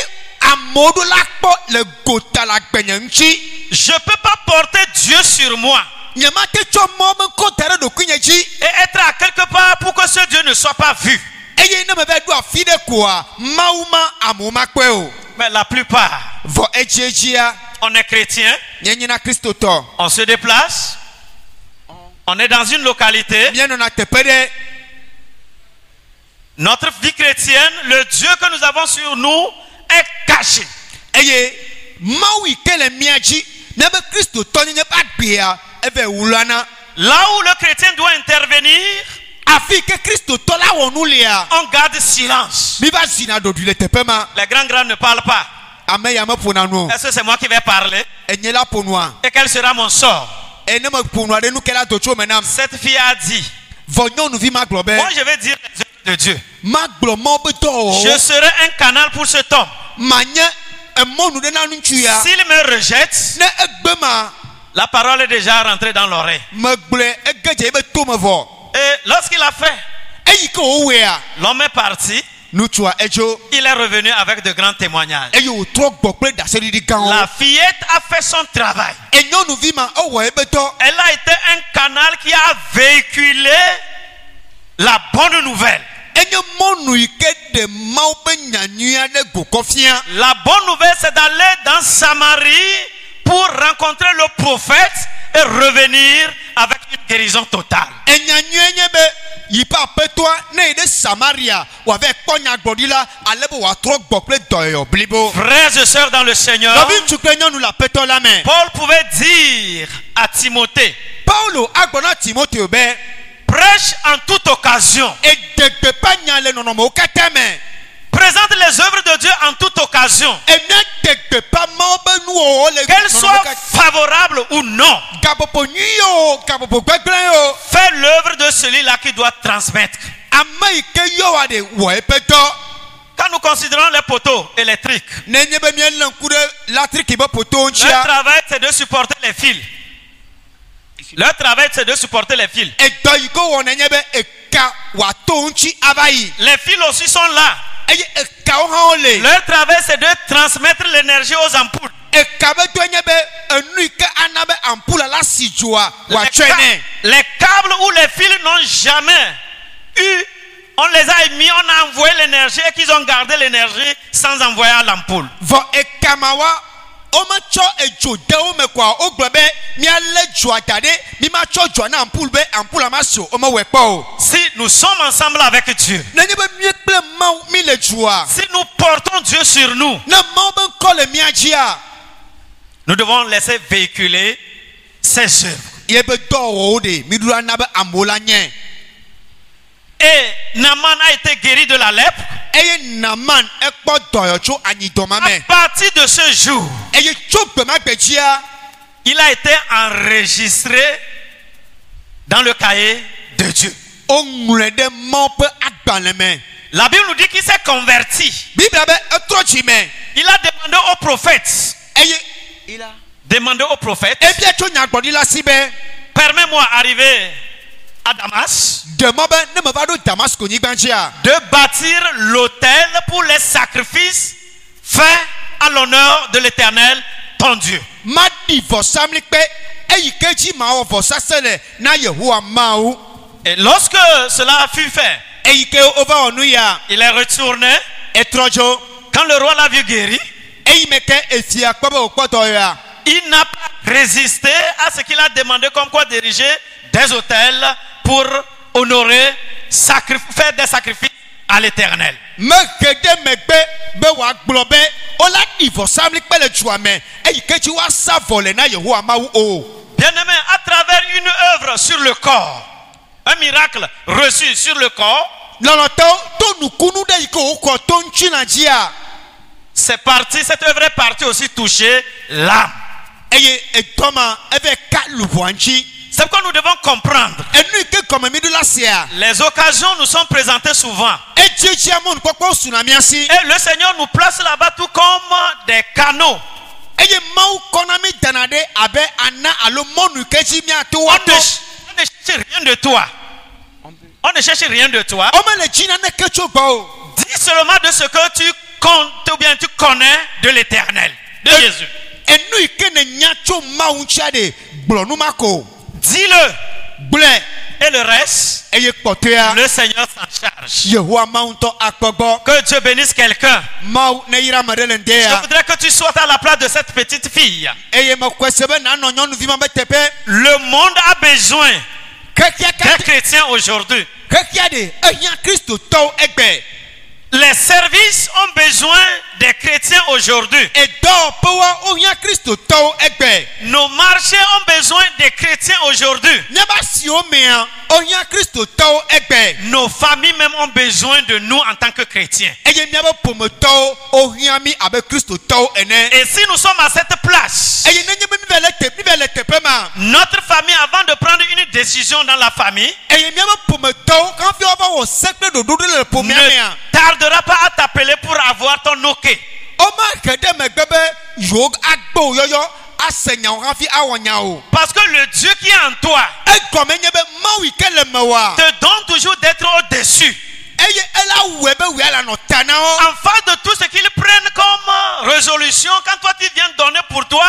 S2: amewo ɖo la kpɔ le gota le agbenye ŋutsi
S1: Je peux pas porter Dieu sur moi
S2: nye ma te tsɔ mɔ me ŋkɔ da ɖe ɖokui nye dzi
S1: et être à quelque part pour que ce Dieu ne soit pas vu.
S2: eye ne me va ɖo afi ɖe koa mawu ma amewo ma kpɔe o
S1: Mais la plupart,
S2: vɔ edziedzia
S1: on est chrétien,
S2: nye nyina kristotɔ
S1: on se déplace, on est dans une localité.
S2: míenɔna teƒe ɖe
S1: Notre vie chrétienne, le Dieu que nous avons sur nous est caché.
S2: eye mawu yi ke le mía dzi ne be kristotɔ nyenye ƒe agbea eve wulana
S1: Là où le chrétien doit intervenir,
S2: afi yi ke kristotɔ la wɔ nu lia
S1: on garde silence.
S2: míva zina ɖoɖui le teƒe ma
S1: Les grands grands ne parlent pas.
S2: ame ya meƒona nu o
S1: Est-ce que c'est moi qui vais parler
S2: enye la ƒonua
S1: Et quel sera mon sort
S2: eye ne meƒonua ɖe nu ke la do tso me nam
S1: Cette fille a dit,
S2: vɔ nyɔnuvi ma gblɔ
S1: moi
S2: be
S1: je vais dire les œuvres de Dieu.
S2: ma gblɔ mɔ be
S1: Je
S2: dɔwɔwɔ
S1: serai un canal pour cet homme.
S2: ma nye e emɔnu ɖe na ŋutsu ya
S1: S'il me rejette,
S2: ne egbe ma
S1: la parole est déjà rentrée dans l'oreille.
S2: megblɔe ege dze ebe tome vɔ
S1: Et lorsqu'il a fait,
S2: eyi E ke wowɔea
S1: l'homme est parti,
S2: nutsua edzo
S1: il est revenu avec de grands témoignages.
S2: eye wòtrɔ gbɔ kple daseɖiɖi
S1: La
S2: gãwo
S1: fillette a fait son travail.
S2: E enyɔnuvi ma e ewɔ ebe dɔ
S1: Elle a été un canal qui a véhiculé la bonne nouvelle.
S2: enye mɔnu yi ke ɖe mawo ƒe nyanyui aɖe go kɔ fia
S1: La bonne nouvelle, c'est d'aller dans Samarie pour rencontrer le prophète et revenir avec une guérison totale.
S2: enyanyue nye be yi ƒe aƒetɔa ne yi ɖe samaria wòave kpɔ nyagblɔɖila alebe wòatrɔ gbɔ kple dɔyɔ blibo
S1: Frères et sœurs dans le Seigneur,
S2: nɔvi ŋutsu kple nyɔnu le aƒetɔ la me
S1: Paul pouvait dire à Timothée,
S2: paulo agblɔ na timoteo be
S1: prêche en toute occasion,
S2: edegbe ƒe E nya le nɔnɔmewo katã me
S1: présente les œuvres de Dieu en toute occasion,
S2: emia degbe ƒe mawo ƒe nuwɔwɔ le
S1: qu'elles soient
S2: katã
S1: favorables ou non.
S2: gaƒoƒo nyui o gaƒoƒo gbegblẽ o
S1: Fais l'œuvre de celui-là qui doit transmettre.
S2: ame yi ke yɔwa de e wɔ eƒe dɔ
S1: Quand nous considérons les poteaux électriques,
S2: nenye be míelé ŋku ɖe latriki be potowo
S1: leur
S2: ŋutsia
S1: travail c'est de supporter les fils. Leur travail c'est de supporter les fils.
S2: edɔ E yi ke wɔna nye be e eka wòato wo ŋutsi ava yi
S1: Les fils aussi sont là.
S2: eye ekawo hã wo le
S1: Leur travail c'est de transmettre l'énergie aux ampoules.
S2: eka be dɔ nye be enu yi ke ana be ampula la si dzoa
S1: Les,
S2: wòatsɔe
S1: ca-
S2: nɛ
S1: les câbles ou les fils n'ont jamais eu. On les a émis, on a envoyé l'énergie et qu'ils ont gardé l'énergie sans envoyer à l'ampoule.
S2: vɔ eka ma wa wometsɔ edzo de wo me koa wogblɔ be míalé dzoa da ɖe mímatsɔ dzoa na ampul be ampula ma si o womewɔe kpɔ o
S1: Si nous sommes ensemble avec Dieu,
S2: nenye be mie kple mawu mi le dzoa
S1: si nous portons Dieu sur nous,
S2: ne mawu be ŋkɔ le mía dzia
S1: nous devons laisser véhiculer ses œuvres.
S2: ye be dɔwɔwɔwo de miɖura na be amewo la nye
S1: Et Naaman a été guéri de la lèpre.
S2: eye naman ekpɔ dɔyɔ tso anyidɔma
S1: À
S2: me
S1: partir de ce jour,
S2: eye tso gbemagbe dzia
S1: il a été enregistré dans le cahier de Dieu.
S2: woŋlɔe ɖe mawo ƒe agbalẽ me
S1: La Bible nous dit qu'il s'est converti.
S2: biblia be etrɔ dzi me
S1: Il a demandé au prophète,
S2: eye
S1: demandé au prophète,
S2: ebia tso nyagbɔɖila si be
S1: permets-moi d'arriver à Damas,
S2: ɖe mɔ be ne me va ɖo damasko nyigba dzia
S1: de bâtir l'autel pour les sacrifices faits à l'honneur de l'Éternel, ton Dieu.
S2: maɖi vɔsamli kpe eyi ke dzi mawɔ vɔsase le na yehowa mawu
S1: Et lorsque cela fut fait,
S2: eyi ke wova wɔ nu ya
S1: il est retourné.
S2: etrɔ dzo
S1: Quand le roi l'a vu guéri,
S2: eyi me ke efia kpɔ be wòkpɔ dɔ ya
S1: il n'a pas résisté à ce qu'il a demandé comme quoi diriger des hôtels pour honorer, sacri- faire des sacrifices à l'éternel.
S2: mege ɖe megbe be wòagblɔ be wola ɖi vɔsamli kpe le dua me eyi ke dzi woasa vɔ le na yehowa mawu o
S1: Bien-aimé, à travers une œuvre sur le corps, un miracle reçu sur le corps,
S2: lɔlɔtɔwo to nukunu ɖe yi ke wokɔ to ŋtsi na dzia
S1: c'est parti, cette œuvre est partie aussi toucher l'âme.
S2: eye etɔma eve ka luʋɔa ŋtsi
S1: C'est pourquoi nous devons comprendre.
S2: enu yi ke gɔme mi ɖo la sia
S1: Les occasions nous sont présentées souvent.
S2: edzedzia mɔnukpɔkpɔ suna miasi
S1: Et le Seigneur nous place là-bas tout comme des canaux.
S2: eye mawu kɔna mi dana ɖe abe ana alo mɔnu ke dzi miato
S1: On ne,
S2: woanɔ
S1: on ne cherche rien de toi. On ne cherche rien de toi.
S2: wɔme le dzi naneke tso gbɔ o
S1: Dis seulement de ce que tu comptes ou bien tu connais de l'éternel, de Jésus.
S2: enu yi ke ne nya tso mawu ŋutsia de gblɔ nu ma ko
S1: Dis-le.
S2: gblɔe
S1: Et le reste,
S2: eye kpɔtɔea
S1: le Seigneur s'en charge.
S2: yehowa mawu ŋutɔ akpɔ gbɔ
S1: Que Dieu bénisse quelqu'un.
S2: mawu ne yra ame ɖe le
S1: Je
S2: ŋdea
S1: voudrais que tu sois à la place de cette petite fille.
S2: eye mekɔe se be nanɔ nyɔnuvi ma be teƒe
S1: Le monde a besoin
S2: xexia
S1: des
S2: ka
S1: chrétiens aujourd'hui.
S2: xexia de ehia kristotɔwo egbe
S1: Les services ont besoin des chrétiens aujourd'hui.
S2: edɔwɔƒewo wohia kristotɔwo egbe
S1: Nos marchés ont besoin des chrétiens aujourd'hui.
S2: míaba siwo mea wohia kristotɔwo egbe.
S1: Nos familles même ont besoin de nous en tant que chrétiens.
S2: eye míabe ƒometɔwo wohiã mi abe kristotɔwo ene
S1: Et si nous sommes à cette place,
S2: eye nenye be míva le te míva le teƒe ma
S1: notre famille, avant de prendre une décision dans la famille,
S2: eye míabe ƒometɔwo kafi woava wɔ se kple ɖoɖo ɖe le ƒomea mea
S1: ne tardera pas à t'appeler pour avoir ton OK.
S2: womahe ɖe megbe be yewo agbɔ wo yɔyɔ ase nyawo hafi awɔ nya o
S1: Parce que le Dieu qui est en toi
S2: egɔme nye be mawu yi ke le mewɔa
S1: te donne toujours d'être au-dessus,
S2: eye ela wɔe be wòe alanɔ ta na wo
S1: en face de tout ce qu'ils prennent comme euh, résolution. Quand toi tu viens donner pour toi,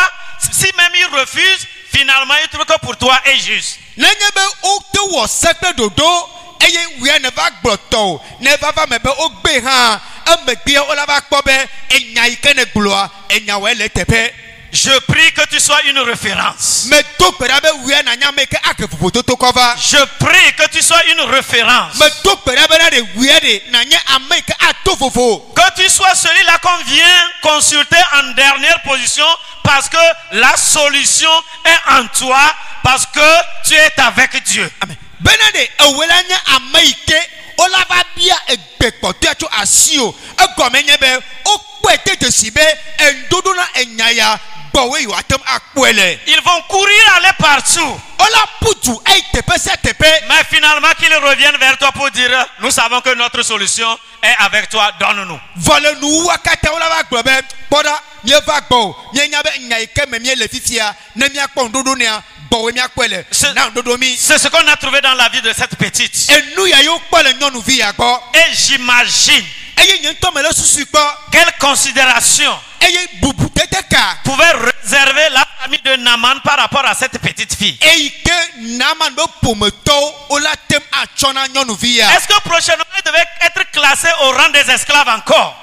S1: si même ils refusent, finalement ils trouvent que pour toi est juste.
S2: nenye be wote wɔ se kple ɖoɖo eye wòe ne va gblɔ tɔ o ne va va me be wogbe hã emegbea wola va kpɔ be enya yi ke ne gblɔa enya wɔe le teƒe
S1: Je prie que tu sois une référence.
S2: medo gbe ɖa be wòe nanya ame yi ke ake vovototo kɔ va
S1: Je prie que tu sois une référence.
S2: medo gbe ɖa be na ɖe wòe ɖe nanya ame yi ke ato vovo
S1: Que tu sois celui-là qu'on vient consulter en dernière position parce que la solution est en toi, parce que tu es avec Dieu.
S2: bena ɖe ewoe la nye ame yi ke wola va bia egbe kpɔtɔe tso asi o egɔme nye be wokpɔe te desi be enudodo na enya ya gbɔwoe yi woate ŋu akpɔe le.
S1: Ils vont courir aller partout,
S2: Ola putu eyi teƒe sia teƒe.
S1: mais finalement qu'ils reviennent vers toi pour dire, nous savons que notre solution est avec toi, donne-nous.
S2: Vɔ le nuwua katã wola va gblɔ be kpɔɖa míeva gbɔ o. Míenya be nya yi ke me míele fifia ne míakpɔ nuɖoɖo nea gbɔwoe míakpɔe
S1: Se-
S2: le. Na nuɖoɖo mi.
S1: C'est ce qu'on a trouvé dans la vie de cette petite.
S2: Enu ya yewo kpɔ le nyɔnuvi ya gbɔ.
S1: Et j'imagine
S2: Eye E nye ŋutɔ me le susu kpɔ.
S1: quelle considération
S2: Eye bubu tete ka.
S1: pouvait réserver la famille de Naman par rapport à cette petite fille.
S2: Eyi ke E naman be ƒometɔwo wola tem atsɔ na nyɔnuvi ya.
S1: Est-ce que prochainement elle devait être classée au rang des esclaves encore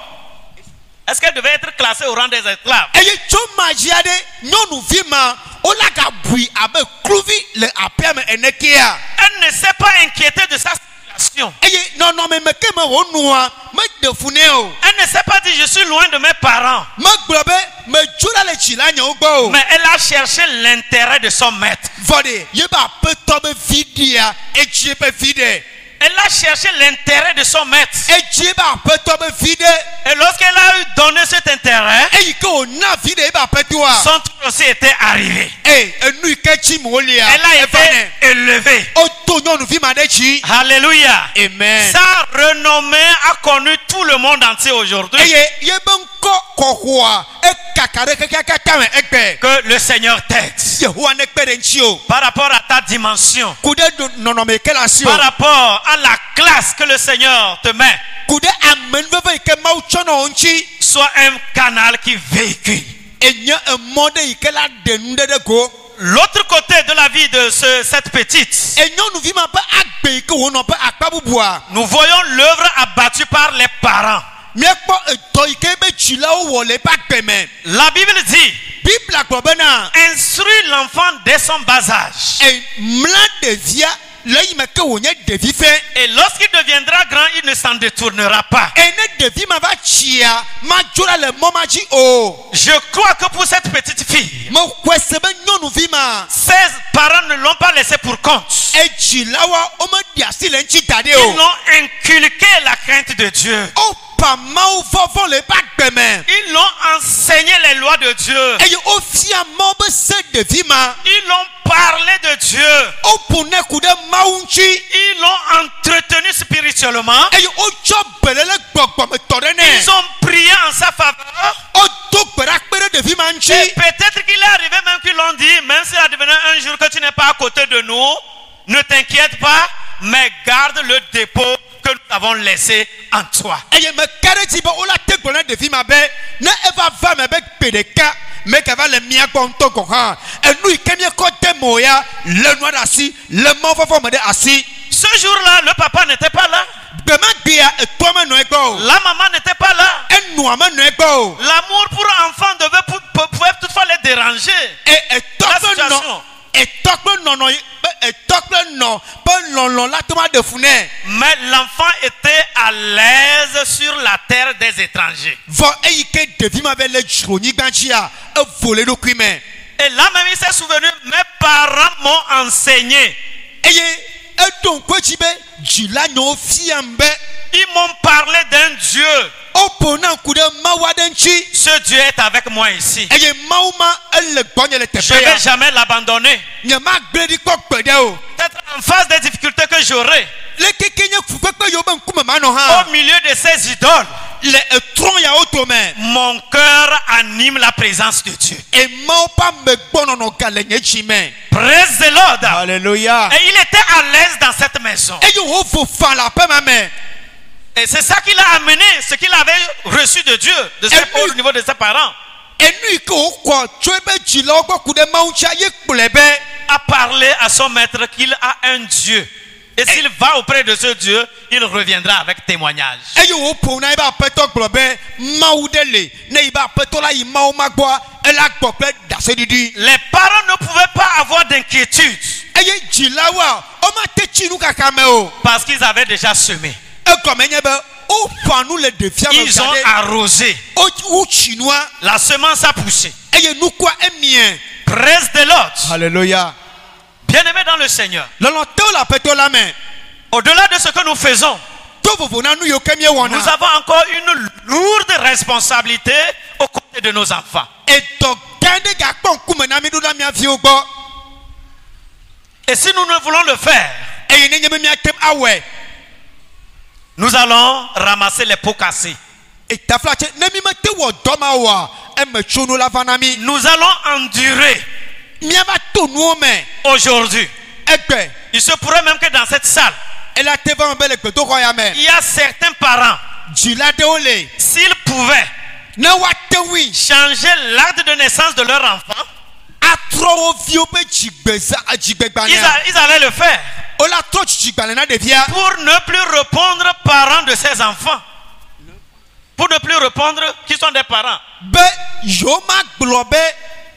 S1: Est-ce qu'elle devait être classée au rang des esclaves
S2: Eye tso madzia ɖe nyɔnuvi ma wola gabui abe kluvi le aƒea me ene kea.
S1: Elle ne s'est pas inquiétée de sa situation.
S2: eye nɔnɔme me ke me wonua meɖe fu nɛ o
S1: Elle ne s'est pas dit je suis loin de mes parents.
S2: megblɔ be medzo la le tsi la nyewo gbɔ o
S1: Mais elle a cherché l'intérêt de son maître.
S2: vɔ de ye be aƒetɔ be vi ɖia etsie be vi ɖe
S1: Elle a cherché l'intérêt de son maître.
S2: etsie be aƒetɔ be vi ɖe
S1: Et lorsqu'elle a eu donné cet intérêt,
S2: eyi ke wòna vi ɖe ye be aƒetɔa
S1: son tour aussi était arrivé.
S2: ee enu yi ke tsi me wolia
S1: Elle a
S2: eva nɛ
S1: été élevée.
S2: woto nyɔnuvi ma ɖe tsi
S1: Alléluia.
S2: amen
S1: Sa renommée a connu tout le monde entier aujourd'hui.
S2: eye ye be ŋkɔ kɔkɔa ekaka ɖe kekea katã me egbe
S1: Que le Seigneur t'aide.
S2: yehowa ne kpe ɖe ŋtsi o
S1: par rapport à ta dimension,
S2: ku ɖe ɖo- nɔnɔme yi ke le asi o
S1: par rapport à la classe que le Seigneur te met,
S2: ku ɖe amenuveve yi ke ma Nuɖoɖoawo tsɔ nɔ wo ŋuti.
S1: soit un canal qui véhicule.
S2: Enye emɔ ɖe yi ke la ɖe nu ɖe ɖe go.
S1: L'autre côté de la vie de ce- cette petite,
S2: Enyɔnuvi ma ƒe agbe yi ke wònɔ ƒe akpa bubua.
S1: nous voyons l'œuvre abattue par les parents.
S2: Míekpɔ edɔ yi ke ebe tsilawo wɔ le eƒe agbe me.
S1: La Bible dit
S2: Biblia gblɔ bena.
S1: instruis l'enfant dès son bas âge.
S2: E, mla ɖevia le eyime ke wònye ɖevi fɛ.
S1: Et lorsqu'il deviendra grand, il ne s'en détournera pas.
S2: Eye ne ɖevi ma va tsia, ma dzo ɖa le mɔ ma dzi o.
S1: Je crois que pour cette petite fille,
S2: Mexɔe se be nyɔnuvi ma. e
S1: ses parents ne l'ont pas laissée pour compte.
S2: Edzilawoa, womeɖi asi le eŋuti da ɖi
S1: Ils
S2: o.
S1: l'ont inculqué la crainte de Dieu.
S2: Wopa mawo vɔvɔ le eƒe agbe me.
S1: Ils l'ont enseigné les lois de Dieu.
S2: Eye wofia mawo be se ɖevi ma.
S1: Ils l'ont parlé de Dieu.
S2: Woƒo ne ku ɖe mawo ŋuti.
S1: Ils l'ont entretenu spirituellement.
S2: Eye wotsɔ bele le gbɔgbɔmetɔ ɖe
S1: Ils
S2: nɛ.
S1: ont prié en sa faveur.
S2: Wodo gbe ɖa kpe ɖe ɖevi ma
S1: Et
S2: ŋuti.
S1: peut-être qu'il est arrivé même qu'ils l'ont dit, même s'il advenait un jour que tu n'es pas à côté de nous, ne t'inquiète pas, mais garde le dépôt que nous avons laissé en toi.
S2: eye meka ɖe dzi be wola te gblɔ na ɖevi ma be ne eva va me be gbe ɖeka meka va le mía gbɔ ŋutɔ gɔ hã enu yi ke míekɔ de mo ya le nua ɖe asi le mɔ fɔfɔ me ɖe asi
S1: Ce jour-là, le papa n'était pas là,
S2: gbe ma gbea etoa menɔ egbɔ o
S1: la maman n'était pas là.
S2: enua menɔ egbɔ o
S1: L'amour pour enfant devait, pou- pou- pouvait toutefois les déranger.
S2: e etɔ
S1: La
S2: ƒe nɔ
S1: situation.
S2: etɔ kple nɔnɔ yi be etɔ kple nɔ ƒe lɔlɔ la te ma ɖe fu nɛ
S1: Mais l'enfant était à l'aise sur la terre des étrangers.
S2: vɔ eyi ke ɖevi ma be le dzronyigba dzia evo le eɖokui me
S1: Et là même, il s'est souvenu, mes parents m'ont enseigné.
S2: eye eɖo ŋkue dzi be dzila nyɔwo fiam be
S1: Ils m'ont parlé d'un Dieu.
S2: woƒo na ŋku ɖe mawu aɖe ŋuti
S1: Ce Dieu est avec moi ici.
S2: eye mawu ma ele gbɔnye le
S1: Je
S2: teƒe
S1: ne
S2: ya
S1: vais jamais l'abandonner.
S2: nye ma gblẽ ɖi kpɔ gbe ɖe o
S1: Peut-être en face des difficultés que j'aurai,
S2: le keke nye fukpekpe yiwo be ŋkume ben ma nɔ
S1: au
S2: hã
S1: milieu de ces idoles,
S2: le
S1: euh,
S2: etrɔ yawo dome
S1: mon cœur anime la présence de Dieu.
S2: emawo ƒe amegbɔnɔnɔ ga le nye dzi me
S1: Praise the Lord.
S3: Alléluia.
S1: Et il était à l'aise dans cette maison.
S2: eye wovo fa le aƒe ma me
S1: Et c'est ça qui l'a amené, ce qu'il avait reçu de Dieu, de ses- au niveau de ses parents,
S2: enu yi ke wokɔ tso ebe dzilawo gbɔ ku ɖe mawu ŋutia ye kplɔe be
S1: à parler à son maître qu'il a un Dieu. Et s'il va auprès de ce Dieu, il reviendra avec témoignage.
S2: eye woƒo na ebe aƒetɔ gblɔ be mawu ɖe le ne yi be aƒetɔ la yi mawu ma gbɔa ele agbɔ kple ɖaseɖiɖi
S1: Les parents ne pouvaient pas avoir d'inquiétude.
S2: eye dzilawoa womate tsi nu kaka me o.
S1: Parce qu'ils avaient déjà semé.
S2: egɔme nye be woƒã nu le ɖevia me
S1: Ils
S2: da
S1: ont
S2: ɖe
S1: arrosé.
S2: wo- wotsi nua
S1: La semence a poussé.
S2: eye e nukua emie
S1: Presse de l'autre.
S3: Alléluia.
S1: Bien-aimés dans le Seigneur.
S2: lɔlɔtewo le aƒetɔ la me
S1: Au-delà de ce que nous faisons,
S2: to vovo na nu yiwo ke
S1: nous
S2: miewɔna
S1: avons encore une lourde responsabilité aux côtés de nos enfants.
S2: edɔ gã ɖe gakpɔ ŋkume na mi ɖo na miaviwo gbɔ
S1: Et si nous ne voulons le faire,
S2: eye nenye be miate ŋu awɔe
S1: nous allons ramasser les pots cassés.
S2: etaflatse ne mi mete wɔ dɔ ma wɔa eme tso nu E la va na mi
S1: Nous allons endurer
S2: miava to nuwo me
S1: aujourd'hui.
S2: egbe
S1: Il se pourrait même que dans cette salle,
S2: ele ate va me be le gbedoxɔ ya
S1: il
S2: me
S1: y a certains parents,
S2: dzila ɖewo le
S1: s'ils pouvaient
S2: ne woate ŋui
S1: changer l'acte de naissance de leur enfant,
S2: atrɔ wo viwo be dzigbeza
S1: ils
S2: dzigbegbalẽ
S1: a- ils allaient le faire.
S2: wole atrɔ dzidzigbalẽ na ɖevia
S1: pour ne plus répondre parents de ses enfants. Pour ne plus répondre qui sont des parents.
S2: be yewo ma gblɔ be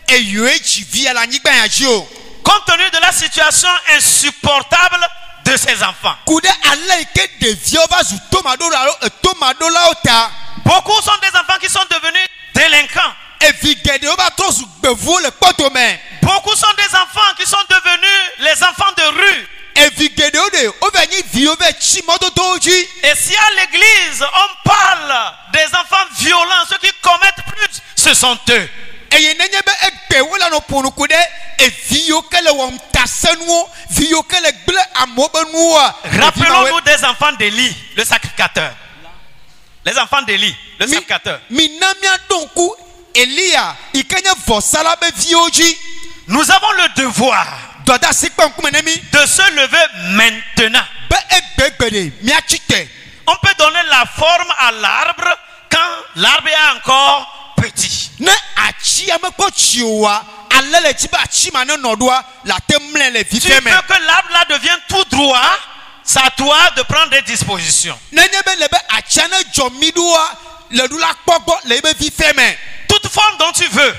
S2: e eyoe dzi via le anyigba ya dzi o
S1: Compte tenu de la situation insupportable de ses enfants.
S2: ku ɖe ale yi ke ɖeviawo va zu tomaɖola alo etomaɖolawo ta
S1: Beaucoup sont des enfants qui sont devenus délinquants.
S2: evi geɖewo va trɔ zu gbevuwo le kpɔtome
S1: Beaucoup sont des enfants qui sont devenus les enfants de rue.
S2: evi geɖewo ɖe wova nyi viwo va tsi mɔdodowo dzi
S1: Et si à l'église, on parle des enfants violents, ceux qui commettent plus, ce sont eux.
S2: eye nenye be egbe wole nɔ ƒonu ku ɖe evi yiwo ke le wɔm tasenuwo vi yiwo ke le gblẽ amewo be E nuwoa ɖevi
S1: Rappelons-nous
S2: mawoe-
S1: des enfants d'Élie, le sacrificateur. Les enfants d'Élie, le
S2: Mi-
S1: sacrificateur.
S2: mina miaɖo ŋku eliya yi ke nye vɔsala be viwo dzi
S1: Nous avons le devoir
S2: dɔdeasi kpɔ ŋkume ne mi
S1: de se lever maintenant.
S2: be egbe gbeɖe miatsi te
S1: On peut donner la forme à l'arbre l'arbre est encore petit.
S2: ne atsia mekpɔ tsi oa ale le dzi be atsi ma ne nɔ ɖoa le ate mlɛ le vi
S1: Tu
S2: ke
S1: veux
S2: me
S1: que l'arbre là devienne tout droit, c'est à toi de prendre des dispositions.
S2: nenye be le be atsia ne dzɔ mi ɖoa le ɖu la kpɔ gbɔ le ebe vi fe me
S1: Toute forme dont tu veux,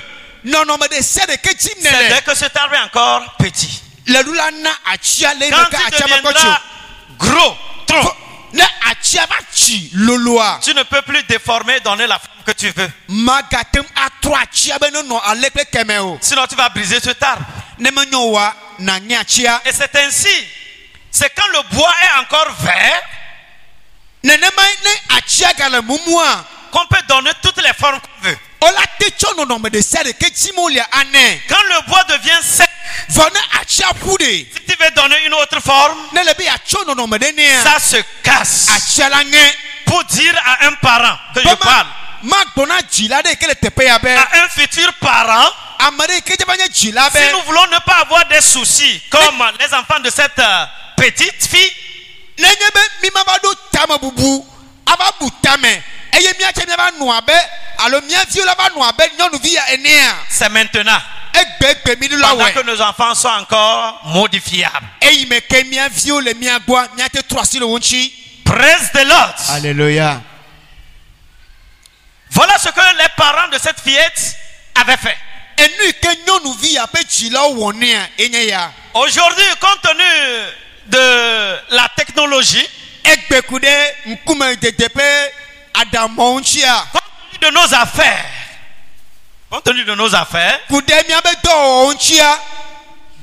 S2: nɔnɔme ɖe sia ɖe ke dzim ne
S1: c'est dès
S2: le
S1: que cet arbre est encore petit.
S2: le ɖu la na atsia le
S1: Quand
S2: ebe ke
S1: tu
S2: atsia mekpɔ tsi
S1: deviendras
S2: o
S1: gros, trop,
S2: Fo- ne atsia va tsi loloa
S1: tu ne peux plus déformer, donner la forme que tu veux.
S2: magate ŋu atrɔ atsia be ne nɔ ale kple kɛmɛ o
S1: Sinon, tu vas briser cet arbre.
S2: ne menyo oa na nye atsia
S1: Et c'est ainsi. C'est quand le bois est encore vert
S2: nenema ne atsia gale mumua
S1: qu'on peut donner toutes les formes qu'on veut.
S2: wola te tsɔ nɔnɔme ɖe sia ɖe ke dzim wole anɛ
S1: Quand le bois devient sec,
S2: vɔ ne atsia ƒu ɖe
S1: si tu veux donner une autre forme,
S2: ne le be yeatsɔ nɔnɔme ɖe nea
S1: ça se casse.
S2: atsia la ŋɛ
S1: Pour Ah, dire à un parent que je parle,
S2: ma gbɔ na dzila ɖe yi ke le teƒe ya be
S1: à un futur parent,
S2: ame ɖe yi ke dze va nye dzila
S1: si nous
S2: be
S1: voulons ne pas avoir des soucis comme les enfants de cette euh, petite fille,
S2: nenye be mi ma va ɖo tame bubu ava bu tame eye miatsɛ mia va nɔ abe alo mia viwo la va nɔ abe nyɔnuvi ya enea
S1: c'est maintenant.
S2: egbegbe mi ɖo la
S1: Pendant que
S2: wɔe
S1: nos enfants sont encore modifiables.
S2: eyi me ke mia viwo le mia gbɔa miate trɔ asi le wo ŋuti
S1: Presse de l'autre.
S3: Alléluia.
S1: Voilà ce que les parents de cette fillette avaient fait.
S2: enu yi ke nyɔnuvi ya ƒe dzilawo wɔ nea enye ya.
S1: Aujourd'hui, compte tenu de la technologie,
S2: egbe ku ɖe ŋkume dede ƒe aɖamɔ ŋutsia
S1: compte tenu de nos affaires, compte tenu de nos affaires,
S2: ku ɖe míaƒe dɔwɔwɔ ŋutsia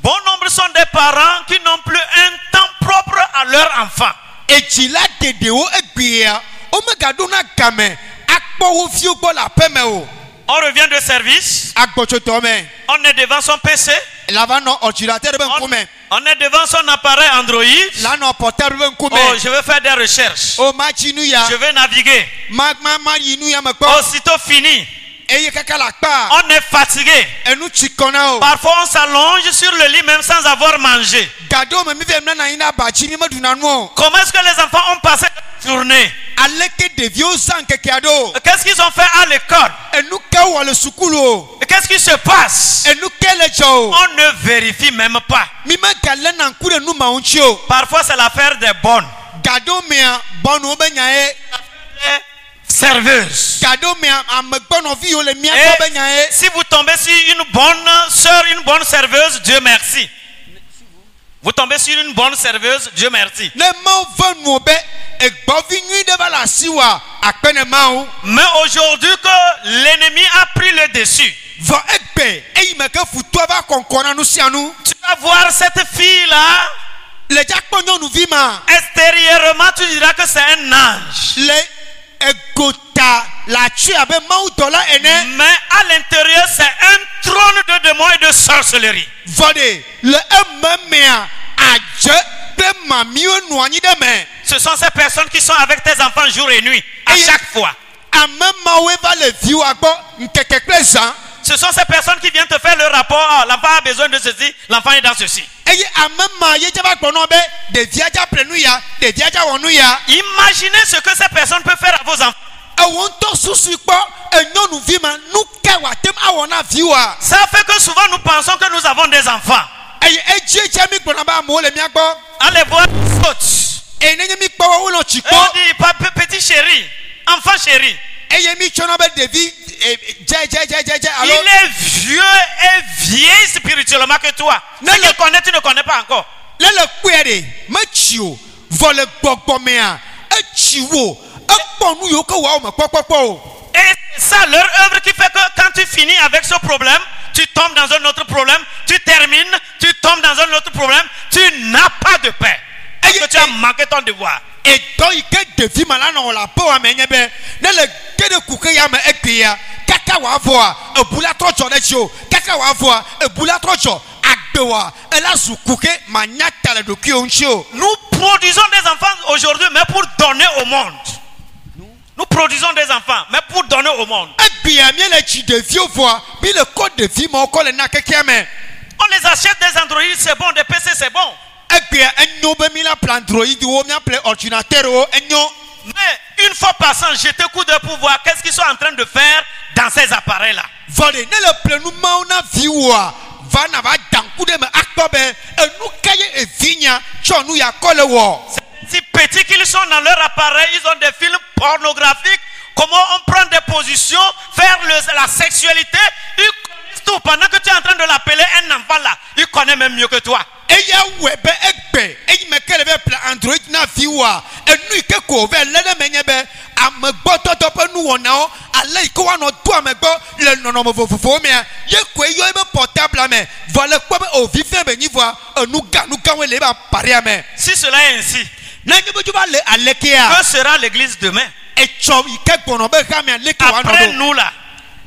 S1: bon nombre sont des parents qui n'ont plus un temps propre à leur enfant.
S2: edzi la geɖewo egbea womegaɖo na game akpɔ wo viwo gbɔ le aƒeme o
S1: On revient de service,
S2: agbɔtsotɔ me
S1: on est devant son PC,
S2: la va nɔ ɔdzilatɛ ɖe ƒe
S1: on,
S2: ŋkume
S1: on est devant son appareil Android.
S2: la nɔ pɔtable ƒe
S1: Oh,
S2: ŋkume
S1: je vais faire des recherches,
S2: o ma dzi nu ya
S1: je vais naviguer.
S2: ma ma ma yi nu ya me kpɔ
S1: Aussitôt fini,
S2: eye kaka le akpa
S1: on est fatigué.
S2: enu tsi kɔ na o
S1: Parfois, on s'allonge sur le lit même sans avoir mangé.
S2: gaɖewo me mi fɛ mlana anyi na aba dzi mi meɖuna nu o
S1: Comment est-ce que les enfants ont passé la journée
S2: aleke ɖeviwo zã ŋkekea ɖo o
S1: Qu'est-ce qu'ils ont fait à l'école
S2: enu ke wɔ le sukulu o.
S1: Qu'est-ce qui se passe
S2: enu ke le dzɔ o
S1: On ne vérifie même pas.
S2: mi me galé na ŋku ɖe nu ma ŋutsi o
S1: Parfois, c'est l'affaire des bonnes,
S2: gaɖo mea bɔnuwo be nya ye
S1: des serveuses.
S2: gaɖo mea amegbɔnɔviwo le
S1: Eh.
S2: miagbɔ be nya
S1: Et
S2: ye
S1: si vous tombez sur une bonne sœur, une bonne serveuse, Dieu merci. Vous tombez sur une bonne serveuse, Dieu merci.
S2: ne mawo ve nuwo be egbɔvi nyui ɖe va le asi wa akpene mawo
S1: Mais aujourd'hui que l'ennemi a pris le dessus,
S2: vɔ egbe eyi me ke futua va kɔnkɔ na nu sia nu
S1: tu vas voir cette fille-là,
S2: le dza kpɔ nyɔnuvi ma
S1: extérieurement tu diras que c'est un ange.
S2: le egota le atsoe abe mawu dɔla ene
S1: Mais à l'intérieur, c'est un trône de démons et de sorcellerie.
S2: vɔ de le eme mea adze kple mamiwo nɔ anyi ɖe me.
S1: Ce sont ces personnes qui sont avec tes enfants jour et nuit, à
S2: Et-
S1: chaque fois.
S2: ame mawoe va le viwo gbɔ nkeke kple zã
S1: Ce sont ces personnes qui viennent te faire le rapport. Ah, l'enfant a besoin de ceci, l'enfant est dans ceci.
S2: eye ame ma ye dza va gblɔ na wo be ɖevia dza ple nu ya ɖevia dza wɔ nu ya
S1: Imaginez ce que ces personnes peuvent faire à vos enfants.
S2: ewo ŋutɔ susu kpɔ enyɔnuvi ma nu ka wate ŋu awɔ na viwoa
S1: Ça fait que souvent nous pensons que nous avons des enfants.
S2: eye edzie dza mi gblɔna be amewo le mia gbɔ
S1: Allez voir les fautes.
S2: eye nenye mi kpɔ wo wonɔ tsi
S1: Et on
S2: kpɔ
S1: dit, papa, petit chéri, enfant chéri,
S2: eye mi tsɔ na be ɖevi eh, dzedzedzedzedze
S1: il
S2: alo
S1: est vieux et vieille spirituellement que toi.
S2: Non,
S1: Ce qu'il
S2: non.
S1: connaît, tu ne connais pas encore.
S2: le le e kpea ɖe metsi o vɔ le gbɔgbɔ mea etsi e wo ekpɔ nu yiwo ke wɔa wo me kpɔkpɔkpɔ o
S1: Et c'est ça, leur œuvre qui fait que quand tu finis avec ce problème, tu tombes dans un autre problème, tu termines, tu tombes dans un autre problème, tu n'as pas de paix. Parce
S2: Et-
S1: que tu as
S2: et-
S1: manqué ton devoir.
S2: edɔ yi ke ɖevi ma la hein, nɔ le aƒewa me nye be ne le ge ɖe kuke ya me egbea kaka wòavɔa ebu la trɔ dzɔ ɖe dzi o kaka wòavɔa ebu la trɔ dzɔ agbewɔa ela zu kuke manya ta le ɖokuiwo ŋuti o
S1: Nous produisons des enfants aujourd'hui, mais pour donner au monde. Nous produisons des enfants, mais pour donner au monde.
S2: egbea mi le tsi ɖeviwo vɔa mi le kɔ ɖevi ma kɔ le na kekea me
S1: On les achète des Android, c'est bon, des PC, c'est bon.
S2: Eh egbea enyo be mi la ple androidiwo mi ple ɔrdinatɛriwo enyo
S1: Mais une fois passant, jeter coup de pour voir qu'est-ce qu'ils sont en train de faire dans ces appareils-là.
S2: vɔɖe ne le plenumawo na viwoa va na va daŋku ɖe me akpɔ be enu ka ye evinya tsɔ nu ya kɔ le wɔ
S1: Si petits qu'ils sont dans leur appareil, ils ont des films pornographiques. Comment on prend des positions, faire le- la sexualité. Ils connaissent tout. Pendant que tu es en train de l'appeler un enfant là, il connaît même mieux que toi.
S2: eya wɔe be egbe eyi me ke le be ple android na viwoa enu yi ke ko wòve lé ɖe me nye be amegbɔtɔtɔ ƒe nuwɔnawo ale yi ke woanɔ do ame gbɔ le nɔnɔme vovovowo mea ye koe yɔ ebe pɔtabla me vɔ le kpɔ be ovi fia be nyi vɔa enu ga nu gãwoe le ebe aparia me
S1: Si cela est ainsi,
S2: ne nye be dzo va le alekea
S1: que sera l'église demain
S2: etsɔ yi ke gbɔnɔ be xamea leke woanɔ
S1: Après
S2: ɖo
S1: nous là,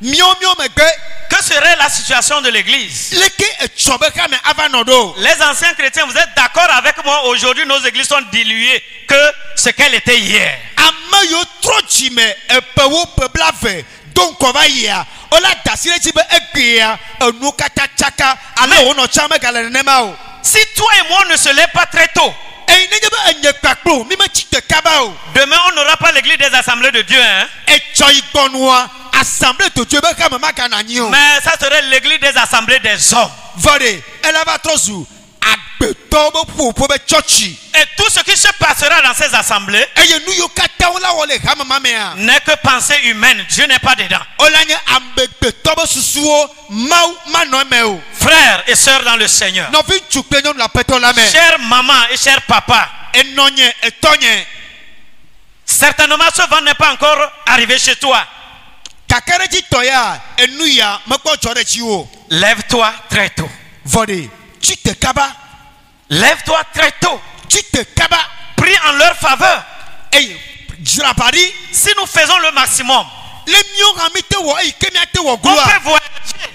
S2: miomio megbe
S1: que serait la situation de l'église
S2: leke etsɔ be xame ava nɔ ɖo
S1: Les anciens chrétiens, vous êtes d'accord avec moi Aujourd'hui, nos églises sont diluées que ce qu'elles étaient hier.
S2: ame yiwo trɔ dzime epewo pe bla ve do ŋkɔ va yia wola dasi ɖe dzi be egbea enuwo katã tsaka ale wonɔ tsa megale nenema o
S1: Si toi et moi ne se lève pas très tôt,
S2: eyi nenye be enye kpakplo mi metsi ɖeka va o
S1: demain on n'aura pas l'église des assemblées de Dieu. hein.
S2: etsɔ yi gbɔnua asamble dodzoe be xame magana anyi o
S1: Mais ça serait l'église des assemblées des hommes.
S2: vɔ ɖe elava trɔ zu agbetɔwo be ƒoƒo be tsɔtsi
S1: Et tout ce qui se passera dans ces assemblées
S2: eye nu yiwo katã wola wɔ le xame ma mea
S1: n'est que pensée humaine. Dieu n'est pas dedans.
S2: wola nye amegbetɔ be susuwo mawu manɔ eme o
S1: Frères et sœurs dans le Seigneur.
S2: nɔvi ŋutsu kple nyɔnu le aƒetɔ la me
S1: Chère maman et cher papa,
S2: enɔ nye etɔ nye
S1: certainement ce vent n'est pas encore arrivé chez toi.
S2: kake ɖe dzi tɔ ya enu ya mekpɔ dzɔ ɖe dzi o
S1: Lève-toi très tôt.
S2: vɔɖe tsi te kaba
S1: Lève-toi très tôt.
S2: tsi te kaba
S1: Prie en leur faveur.
S2: eye dzra ba ɖi
S1: Si nous faisons le maximum,
S2: le miɔ hã mi te wɔ eyi ke miate wɔ
S1: on peut
S2: gloa
S1: voyager.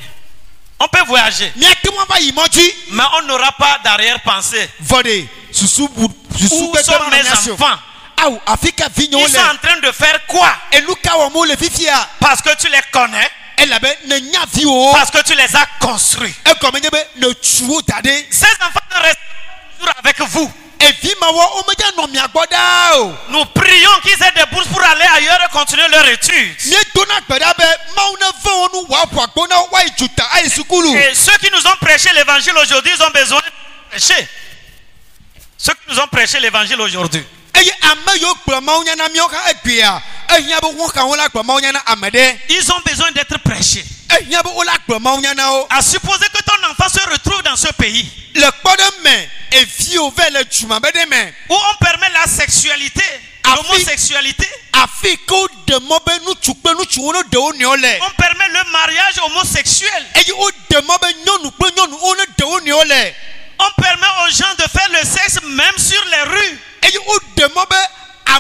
S1: On peut voyager.
S2: miate mɔ va yi mɔ dzi
S1: Mais on n'aura pas d'arrière-pensée.
S2: vɔɖe susu bu susu
S1: Où sont mes
S2: o
S1: enfants
S2: awo afi ka vi
S1: Ils
S2: nyɔwo
S1: sont en
S2: le
S1: train de faire quoi
S2: enu ka wɔm wole fifia
S1: Parce que tu les connais.
S2: elabe ne nya viwo
S1: Parce que tu les as construits.
S2: egɔme nye be ne tsu wo da ɖi.
S1: Ces enfants ne restent pas toujours avec vous.
S2: evi ma wɔ E wo medze nɔ mia gbɔ ɖaa o
S1: Nous prions qu'ils aient des bourses pour aller ailleurs et continuer leur étude.
S2: míedona gbe ɖa be mawu ne ve wo nu wòaƒo agbo na wo woayi dzuta ayi sukulu
S1: Et ceux qui nous ont prêché l'évangile aujourd'hui, ils ont besoin de prêcher. Ceux qui nous ont prêché l'évangile aujourd'hui.
S2: eye ame yiwo gblɔ mawu nya na e míawo hã egbea ehiã be wo hã wo la gblɔ mawu nya na ame ɖe
S1: Ils ont besoin d'être prêchés.
S2: ehiã be wo la gblɔ mawu nya na wo
S1: À supposer que ton enfant se retrouve dans ce pays
S2: le kpɔ ɖe me eviwo ve le duma be ɖe me
S1: où on permet la sexualité,
S2: Ah,
S1: l'homosexualité,
S2: afi ke woɖe mɔ be nutsu kple nutsuwo ne ɖe wo nɔewo le
S1: on permet le mariage homosexuel,
S2: eye woɖe mɔ be nyɔnu kple nyɔnuwo ne ɖe wo nɔewo le
S1: on permet aux gens de faire le sexe même sur les rues.
S2: eye woɖe mɔ be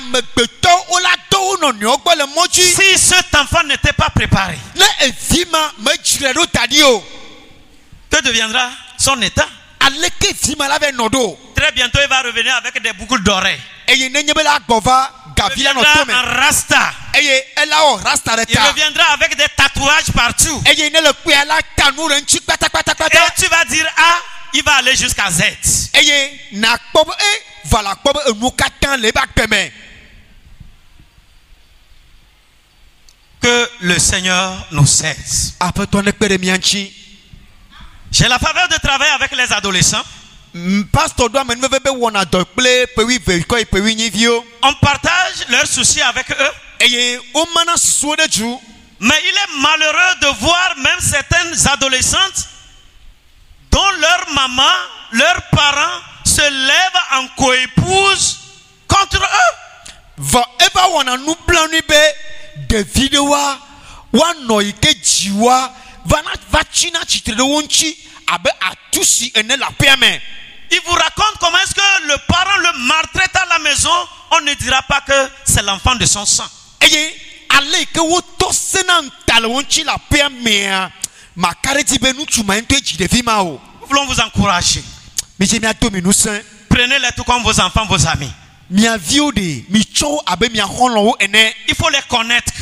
S2: amegbetɔ wo la dɔ wo nɔnɔewo gbɔ le mɔ dzi.
S1: Si cet enfant n'était pas préparé,
S2: ne evi ma medzre ɖo ta ɖi o
S1: que deviendra son état
S2: aleke evi ma la vɛ nɔ ɖo
S1: Très bientôt, il va revenir avec des boucles d'oreilles.
S2: eye ne nye be la gbɔ va
S1: Il
S2: gavi la nɔ
S1: reviendra
S2: to
S1: en
S2: me
S1: rasta.
S2: eye ela wɔ rasta ɖe
S1: Il
S2: ta
S1: reviendra avec des tatouages partout.
S2: eye ne le kpea la ta nu ɖe ŋutsi
S1: Et
S2: kpatakpatakpata
S1: tu vas dire A, il va aller jusqu'à Z.
S2: eye nakpɔ be e va la kpɔ be enu katã le eba gbeme
S1: Que le Seigneur nous aide.
S2: aƒetɔ ne kpe ɖe mia ŋutsi
S1: J'ai la faveur de travailler avec les adolescents.
S2: M, pastor do ame nuveve be wɔna dɔ kple pewi ve kɔ yi pewi nyiviwo
S1: On partage leurs soucis avec eux.
S2: eye womana susuwo ɖe dzu
S1: Mais il est malheureux de voir même certaines adolescentes dont leur maman, leurs parents se lèvent en coépouse contre eux.
S2: vɔ eva wɔna nublanui be ɖevi ɖewoa woanɔ yi ke dziwoa va na va tsina tsitre ɖe wo ŋutsi abe atu si ene le aƒea me
S1: Ils vous racontent comment est-ce que le parent le maltraite à la maison. On ne dira pas que c'est l'enfant de son sang.
S2: eye ale yi ke wotɔ sena ŋuta le wo ŋutsi le aƒea mea maka ɖe dzi be ŋutsu ma ŋutɔ dzi ɖevi ma o
S1: Nous voulons vous encourager.
S2: midze miado mi ŋusẽ
S1: Prenez-les tout comme vos enfants, vos amis.
S2: miaviwo ɖe mitsɔ wo abe miaxɔlɔwo ene
S1: Il faut les connaître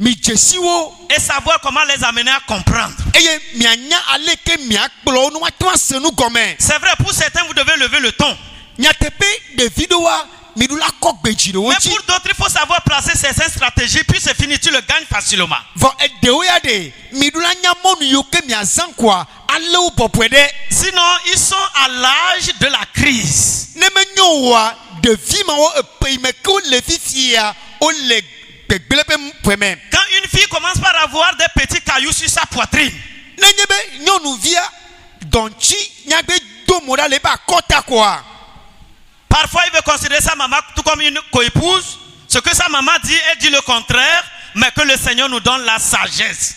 S2: midzesi wo
S1: et savoir comment les amener à comprendre.
S2: eye mianya ale yi ke miakplɔ wo ne woate ŋu ase nu gɔme.
S1: C'est vrai, pour certains, vous devez lever le ton.
S2: nyateƒe ɖevi ɖewoa miɖu la kɔ gbedzi ɖe wo
S1: Mais
S2: ŋuti
S1: pour d'autres, il faut savoir placer certaines stratégies, puis c'est fini, tu le gagnes facilement.
S2: vɔ eɖewo ya ɖe miɖu la nya mɔnu yiwo ke miazã koa alewo bɔbɔe ɖe
S1: Sinon, ils sont à l'âge de la crise.
S2: ne menyo woa ɖevi mawo epe yi me ke wole fifia wole gbegblẽ ƒe m- ƒe me
S1: Quand une fille commence par avoir des petits cailloux sur sa poitrine,
S2: nenye be nyɔnuvia dɔntsi nyagbe do mo ɖa le eƒe akɔta koa
S1: parfois il veut considérer sa maman tout comme une coépouse. Ce que sa maman dit, elle dit le contraire, mais que le Seigneur nous donne la sagesse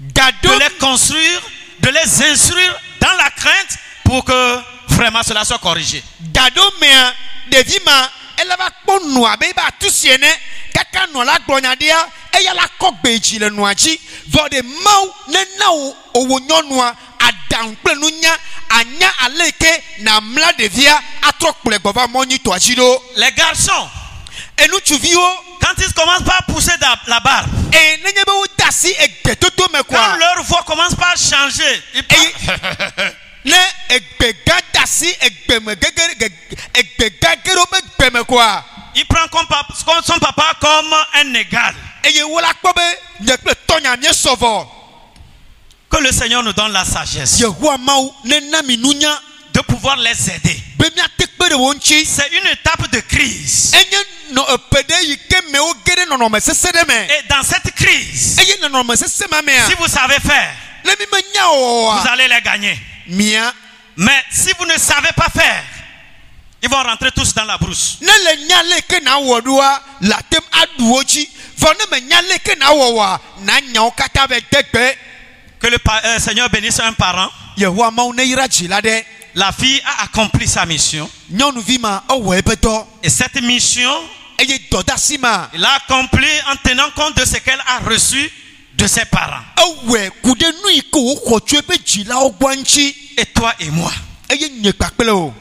S1: de
S2: gaɖo
S1: les construire, de les instruire dans la crainte pour que vraiment cela soit corrigé.
S2: gaɖo mea ɖevi ma ele va kpɔ nua be ebe atu si ene kaka nua la gblɔ nya ɖia eya la kɔ gbe dzi le nua dzi vɔ ɖe mawu nena wo owó nyɔnua aɖaŋu kple nunya anya ale yi ke namla ɖevia atrɔ kplɔe gbɔ va mɔ nyitɔa dzi ɖo
S1: Les garçons,
S2: enutsuviwo.
S1: quand ils commencent par pousser da- la barbe,
S2: eye nenye be wode asi egbetoto me
S1: quand
S2: koa
S1: leur voix commence par changer, ils parlent-
S2: eye ne egbegã de asi egbeme gege ge- egbegã ge ɖo be gbeme koa
S1: il prend comme pap- comme son papa comme un égal.
S2: eye wola kpɔ be nye kple tɔnya mie sɔvɔ
S1: Que le Seigneur nous donne la sagesse
S2: yehova mawu nena mi nunya
S1: de pouvoir les aider.
S2: be miate kpe ɖe wo ŋuti
S1: C'est une étape de crise.
S2: enye nɔ epe ɖe yi ke me woge ɖe nɔnɔme sese ɖe me
S1: Et dans cette crise,
S2: eye nɔnɔme sese ma
S1: si
S2: mea
S1: vous savez faire,
S2: ne mi menya
S1: vous
S2: wɔwɔa
S1: allez les gagner.
S2: mia
S1: Mais si vous ne savez pas faire, ils vont rentrer tous dans la brousse.
S2: ne le nya le ke na wɔ ɖoa le ate ŋu aɖu wo dzi vɔ ne me nya le ke na wɔwɔa na nyawo katã be de gbe
S1: Que le pa- euh, Seigneur bénisse un parent.
S2: yehowa mawu ne yra dzi la ɖe
S1: La fille a accompli sa mission.
S2: nyɔnuvi ma ewɔ eƒe dɔ
S1: Et cette mission,
S2: eye dɔdeasi ma
S1: il l'a accomplie en tenant compte de ce qu'elle a reçu de ses parents.
S2: ewɔe ku ɖe nu yi ke woxɔ tso eƒe dzilawo gbɔ ŋuti
S1: Et toi et moi.
S2: eye nye kpakple o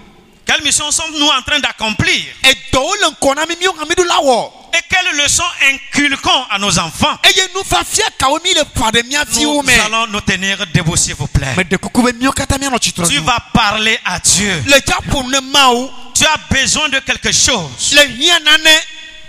S1: Quelle mission sommes-nous en train d'accomplir
S2: edɔwo le ŋkɔ na mi miwo hã mi ɖo la wɔ
S1: Et quelles leçons inculquons à nos enfants
S2: eye nufafia kawo mi le ƒa ɖe mia
S1: Nous
S2: fiwo me
S1: allons nous tenir debout, s'il vous plaît.
S2: meɖe kuku be miwo katã mianɔ tsitre
S1: Tu
S2: nu
S1: vas parler à Dieu.
S2: le tsaƒo ne mawo
S1: Tu as besoin de quelque chose
S2: le hiã nane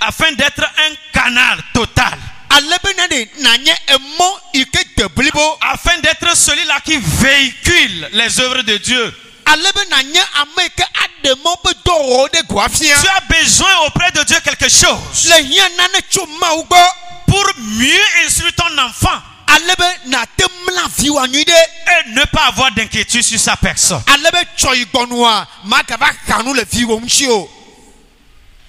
S1: afin d'être un canal total,
S2: alebe na ɖe nanye emɔ yi ke de blibo
S1: afin d'être celui-là qui véhicule les œuvres de Dieu.
S2: alebe nanye ame yi ke aɖe mɔ be dɔwɔwɔ ɖe goa fia
S1: Tu as besoin auprès de Dieu quelque chose
S2: le hiã nane tso mawu gbɔ
S1: pour mieux instruire ton enfant
S2: alebe nate mla viwa nyui ɖe
S1: et ne pas avoir d'inquiétude sur sa personne.
S2: alebe tsɔ yi gbɔnua magava xa nu le viwo ŋuti o.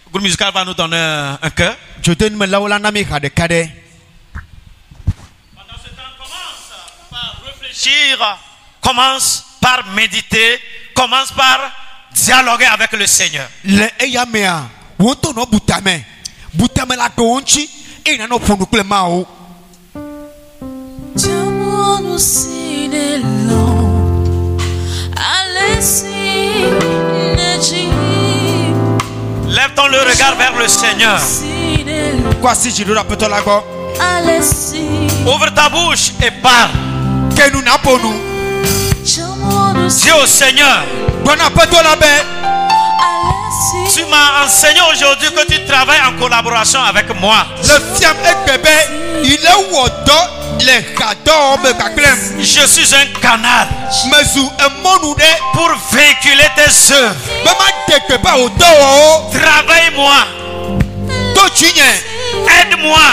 S1: Le groupe musical va nous donner un cœur.
S2: dzodenumelawo la na mi xa ɖeka ɖe.
S1: Pendant ce temps, commence par réfléchir, commence par méditer, commence par dialoguer avec le Seigneur.
S2: le eya mea wo ŋutɔ nɔ butame butame la gbɔ wo ŋuti eye nanɔ ƒonu kple mawo.
S4: Chiamano sine lo Alessi neci
S1: Lève-t-on le regard vers le Seigneur.
S4: sine lo
S2: kó asi dzi ɖo ɖe aƒetɔ la gbɔ.
S4: Alessi
S1: Ouvre ta bouche et parle.
S2: ke nu na ƒonu.
S4: Chiamano
S1: Dis
S4: sine
S1: au Seigneur,
S2: gbɔ na aƒetɔ la be
S4: Alessi
S1: tu m'as enseigné aujourd'hui que tu travailles en collaboration avec moi.
S2: le fiam egbe be yi le wɔ dɔ le xa dɔwɔme kpakple
S1: Je suis un canal
S2: me zu emɔnu ɖe
S1: pour véhiculer tes œuvres.
S2: be ma de gbe ba o dɔwɔwo
S1: Travaille-moi,
S2: to tsi nye
S1: aide-moi,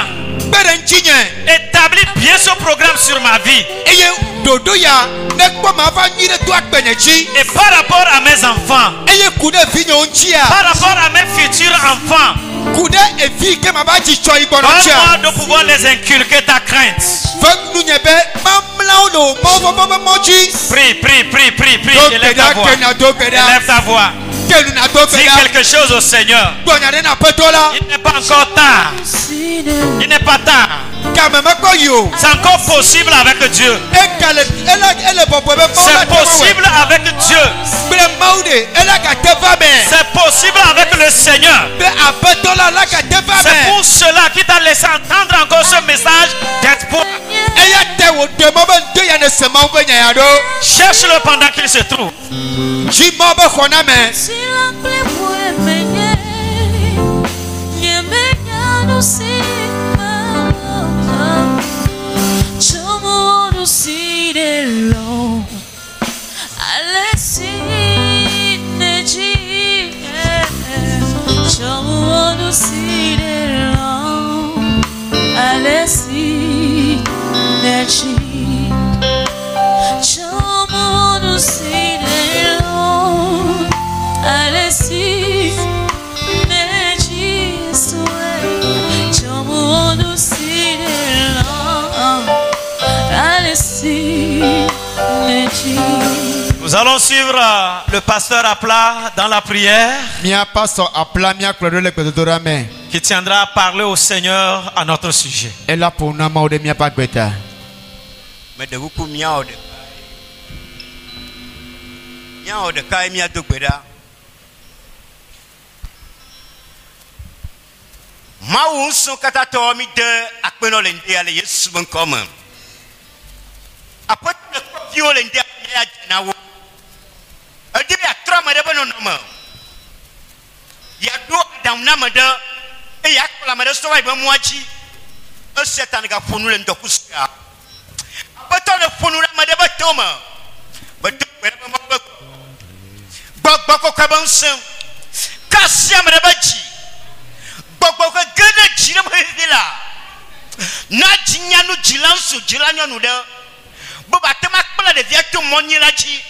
S2: kpe ɖe ŋuti nye
S1: établis bien ce programme sur ma vie.
S2: eye ɖoɖo ya ne kpɔ ma va nyui ɖe to akpe nye dzi
S1: Et par rapport à mes enfants,
S2: eye ku ɖe vi nye ŋutia
S1: par rapport à mes futurs enfants,
S2: ku ɖe evi ke ma va dzidzɔ yi gbɔ ŋutia.
S1: donne-moi de pouvoir les inculquer ta crainte.
S2: fɛn nu nye bɛ mamlawo le wo mɔfɔ fɔ fɔ mɔ dzi.
S1: Prie, prie, prie, prie, prie.
S2: do
S1: Élève ta
S2: gbeɖa
S1: voix.
S2: kena do
S1: Élève
S2: gbeɖa
S1: ta voix.
S2: kenu na do
S1: Dis
S2: gbeɖa
S1: quelque chose au Seigneur.
S2: gbɔnya ɖe na aƒetɔ la
S1: Il n'est pas encore tard.
S4: sine lo
S1: Il n'est pas tard.
S2: kame mekpɔ yi o
S1: C'est encore possible avec Dieu.
S2: eka le ele ele bɔbɔ be mɔ
S1: C'est
S2: la tɔwɔ
S1: possible avec Dieu.
S2: kple mawu de ele gate va mɛ
S1: C'est possible avec le Seigneur.
S2: kple aƒetɔ la la gate va
S1: C'est
S2: mɛ
S1: pour cela qu'il t'a laissé entendre encore ce message d'espoir.
S2: eya tɛ wo de mɔ be ŋdo ya ne se mawu be nya ya ɖo
S1: Cherche-le pendant qu'il se trouve.
S2: dzi mɔ be xɔ na mɛ
S4: Si la ple puoi venire see that she someone who see that Lord Alessi that she is away someone who see that Lord Alessi that she
S1: Nous allons suivre euh, le pasteur à plat dans la prière
S2: Míapa sɔ apla míakplɔ ɖo le gbedodoɖa me.
S1: qui tiendra à parler au Seigneur à notre sujet.
S2: Ela ƒo na mawo ɖe míaƒe agbe ta.
S5: meɖe kuku miawɔ ɖeka miawɔ ɖeka ye miado gbe ɖa mawu ŋusẽ katã tɔ mi de akpenɔ le ŋdea le yesu ƒe ŋkɔ me aƒetɔ le kpɔviwo le ŋdea ya dze na wo edi be atrɔ ame ɖe ƒe nɔnɔme yaɖo aɖaŋu na ame ɖe eye akplɔ ame ɖe sɔva yi ƒe mɔa dzi esia ta ne gaƒo nu le ŋdɔkusia aƒetɔ le ƒonu ɖe ame ɖe ƒe to me medo gbe ɖe ƒe mawu ƒe gbe. gbɔgbɔ kɔkɔe ƒe ŋusẽ ka asi ame ɖe ƒe dzi gbɔgbɔ ƒe ge ɖe dzi ɖe ƒe xexi la na dzi nyanu dzila ŋutsu dzila nyɔnu ɖe be bate ma kple ɖevia to mɔnyi la dzi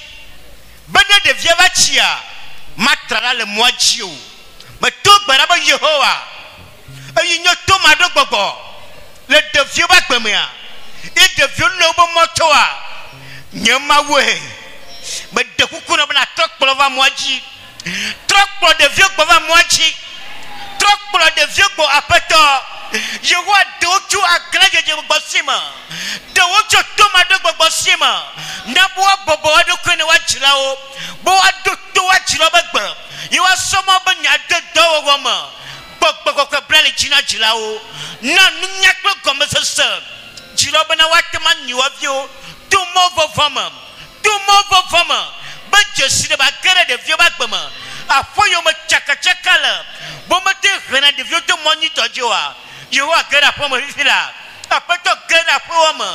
S5: be ne ɖevia va tsia matra la le mɔa dzi o meto gbe ɖa be yehowa eyi nye toma ɖe gbɔgbɔ le ɖeviwo ƒe agbemea ye ɖeviwo le woƒe mɔtɔa nye mawoe meɖe kuku na bena trɔ kplɔ va mɔa dzi trɔ kplɔ ɖeviwo gbɔ va mɔa dzi trɔ kplɔ ɖeviwo gbɔ aƒetɔ yehowa ɖewo tso aglãdzedze gbɔgbɔ si me ɖewo tso toma ɖe gbɔgbɔ si me na be woabɔbɔ woaɖokui ne woadzra wo be woaɖo to woadzra wo be gbe ye woasɔ mɔ be nya de dɔwɔwɔ me gbɔgbɔ kɔkɔe bla le dzi na dzilawo na nunya kple gɔmesese dzilawo bena woate ma nyi wo viwo to mɔ vɔvɔ me to mɔ vɔvɔ me be dzesi ɖe ba ge ɖe ɖeviwo ba gbe me aƒe yiwo me tsakatsaka le bo mete hena ɖeviwo to mɔ nyitɔ dzi oa yehowa ge ɖe aƒe me fifi la aƒetɔ ge ɖe aƒewo me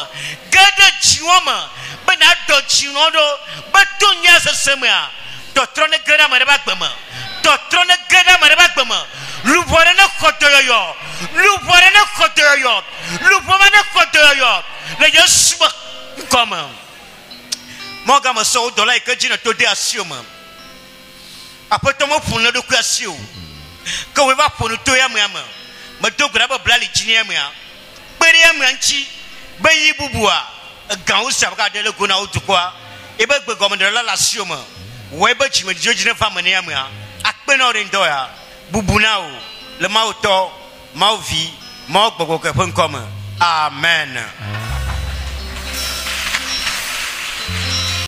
S5: ge ɖe dziwo me bena dɔ dziwo ɖo be to nya sese mea tɔtrɔ ne ge ɖe ame ɖe ƒe agbe me tɔtrɔ ne ge ɖe ame ɖe ƒe agbe me luʋɔ ɖe ne xɔ dɔyɔyɔ luʋɔ ɖe ne xɔ dɔyɔyɔ luʋɔ ma ne xɔ dɔyɔyɔ le yesu ƒe ŋkɔme mɔgame sɔ wo dɔla yi ke dzi ne to de asio me aƒetɔ meƒonu le eɖokui asi o ke wòe va ƒonu to ya mea me medo gbe ɖa be bla li dzi ne ya mea kpe ɖe ya mea ŋuti be yi bubua egãwo sia baka ɖe le go na wo dukɔa ebe gbegɔmeɖela le asio me wɔ ebe dzimedzidzo dzi ne va me ne ya mea akpenɔ ɖe ŋdɔ ya bubu na wo le mawu tɔ mawu vi mawu gbɔgbɔkɔe ƒe ŋkɔ me amen. amen.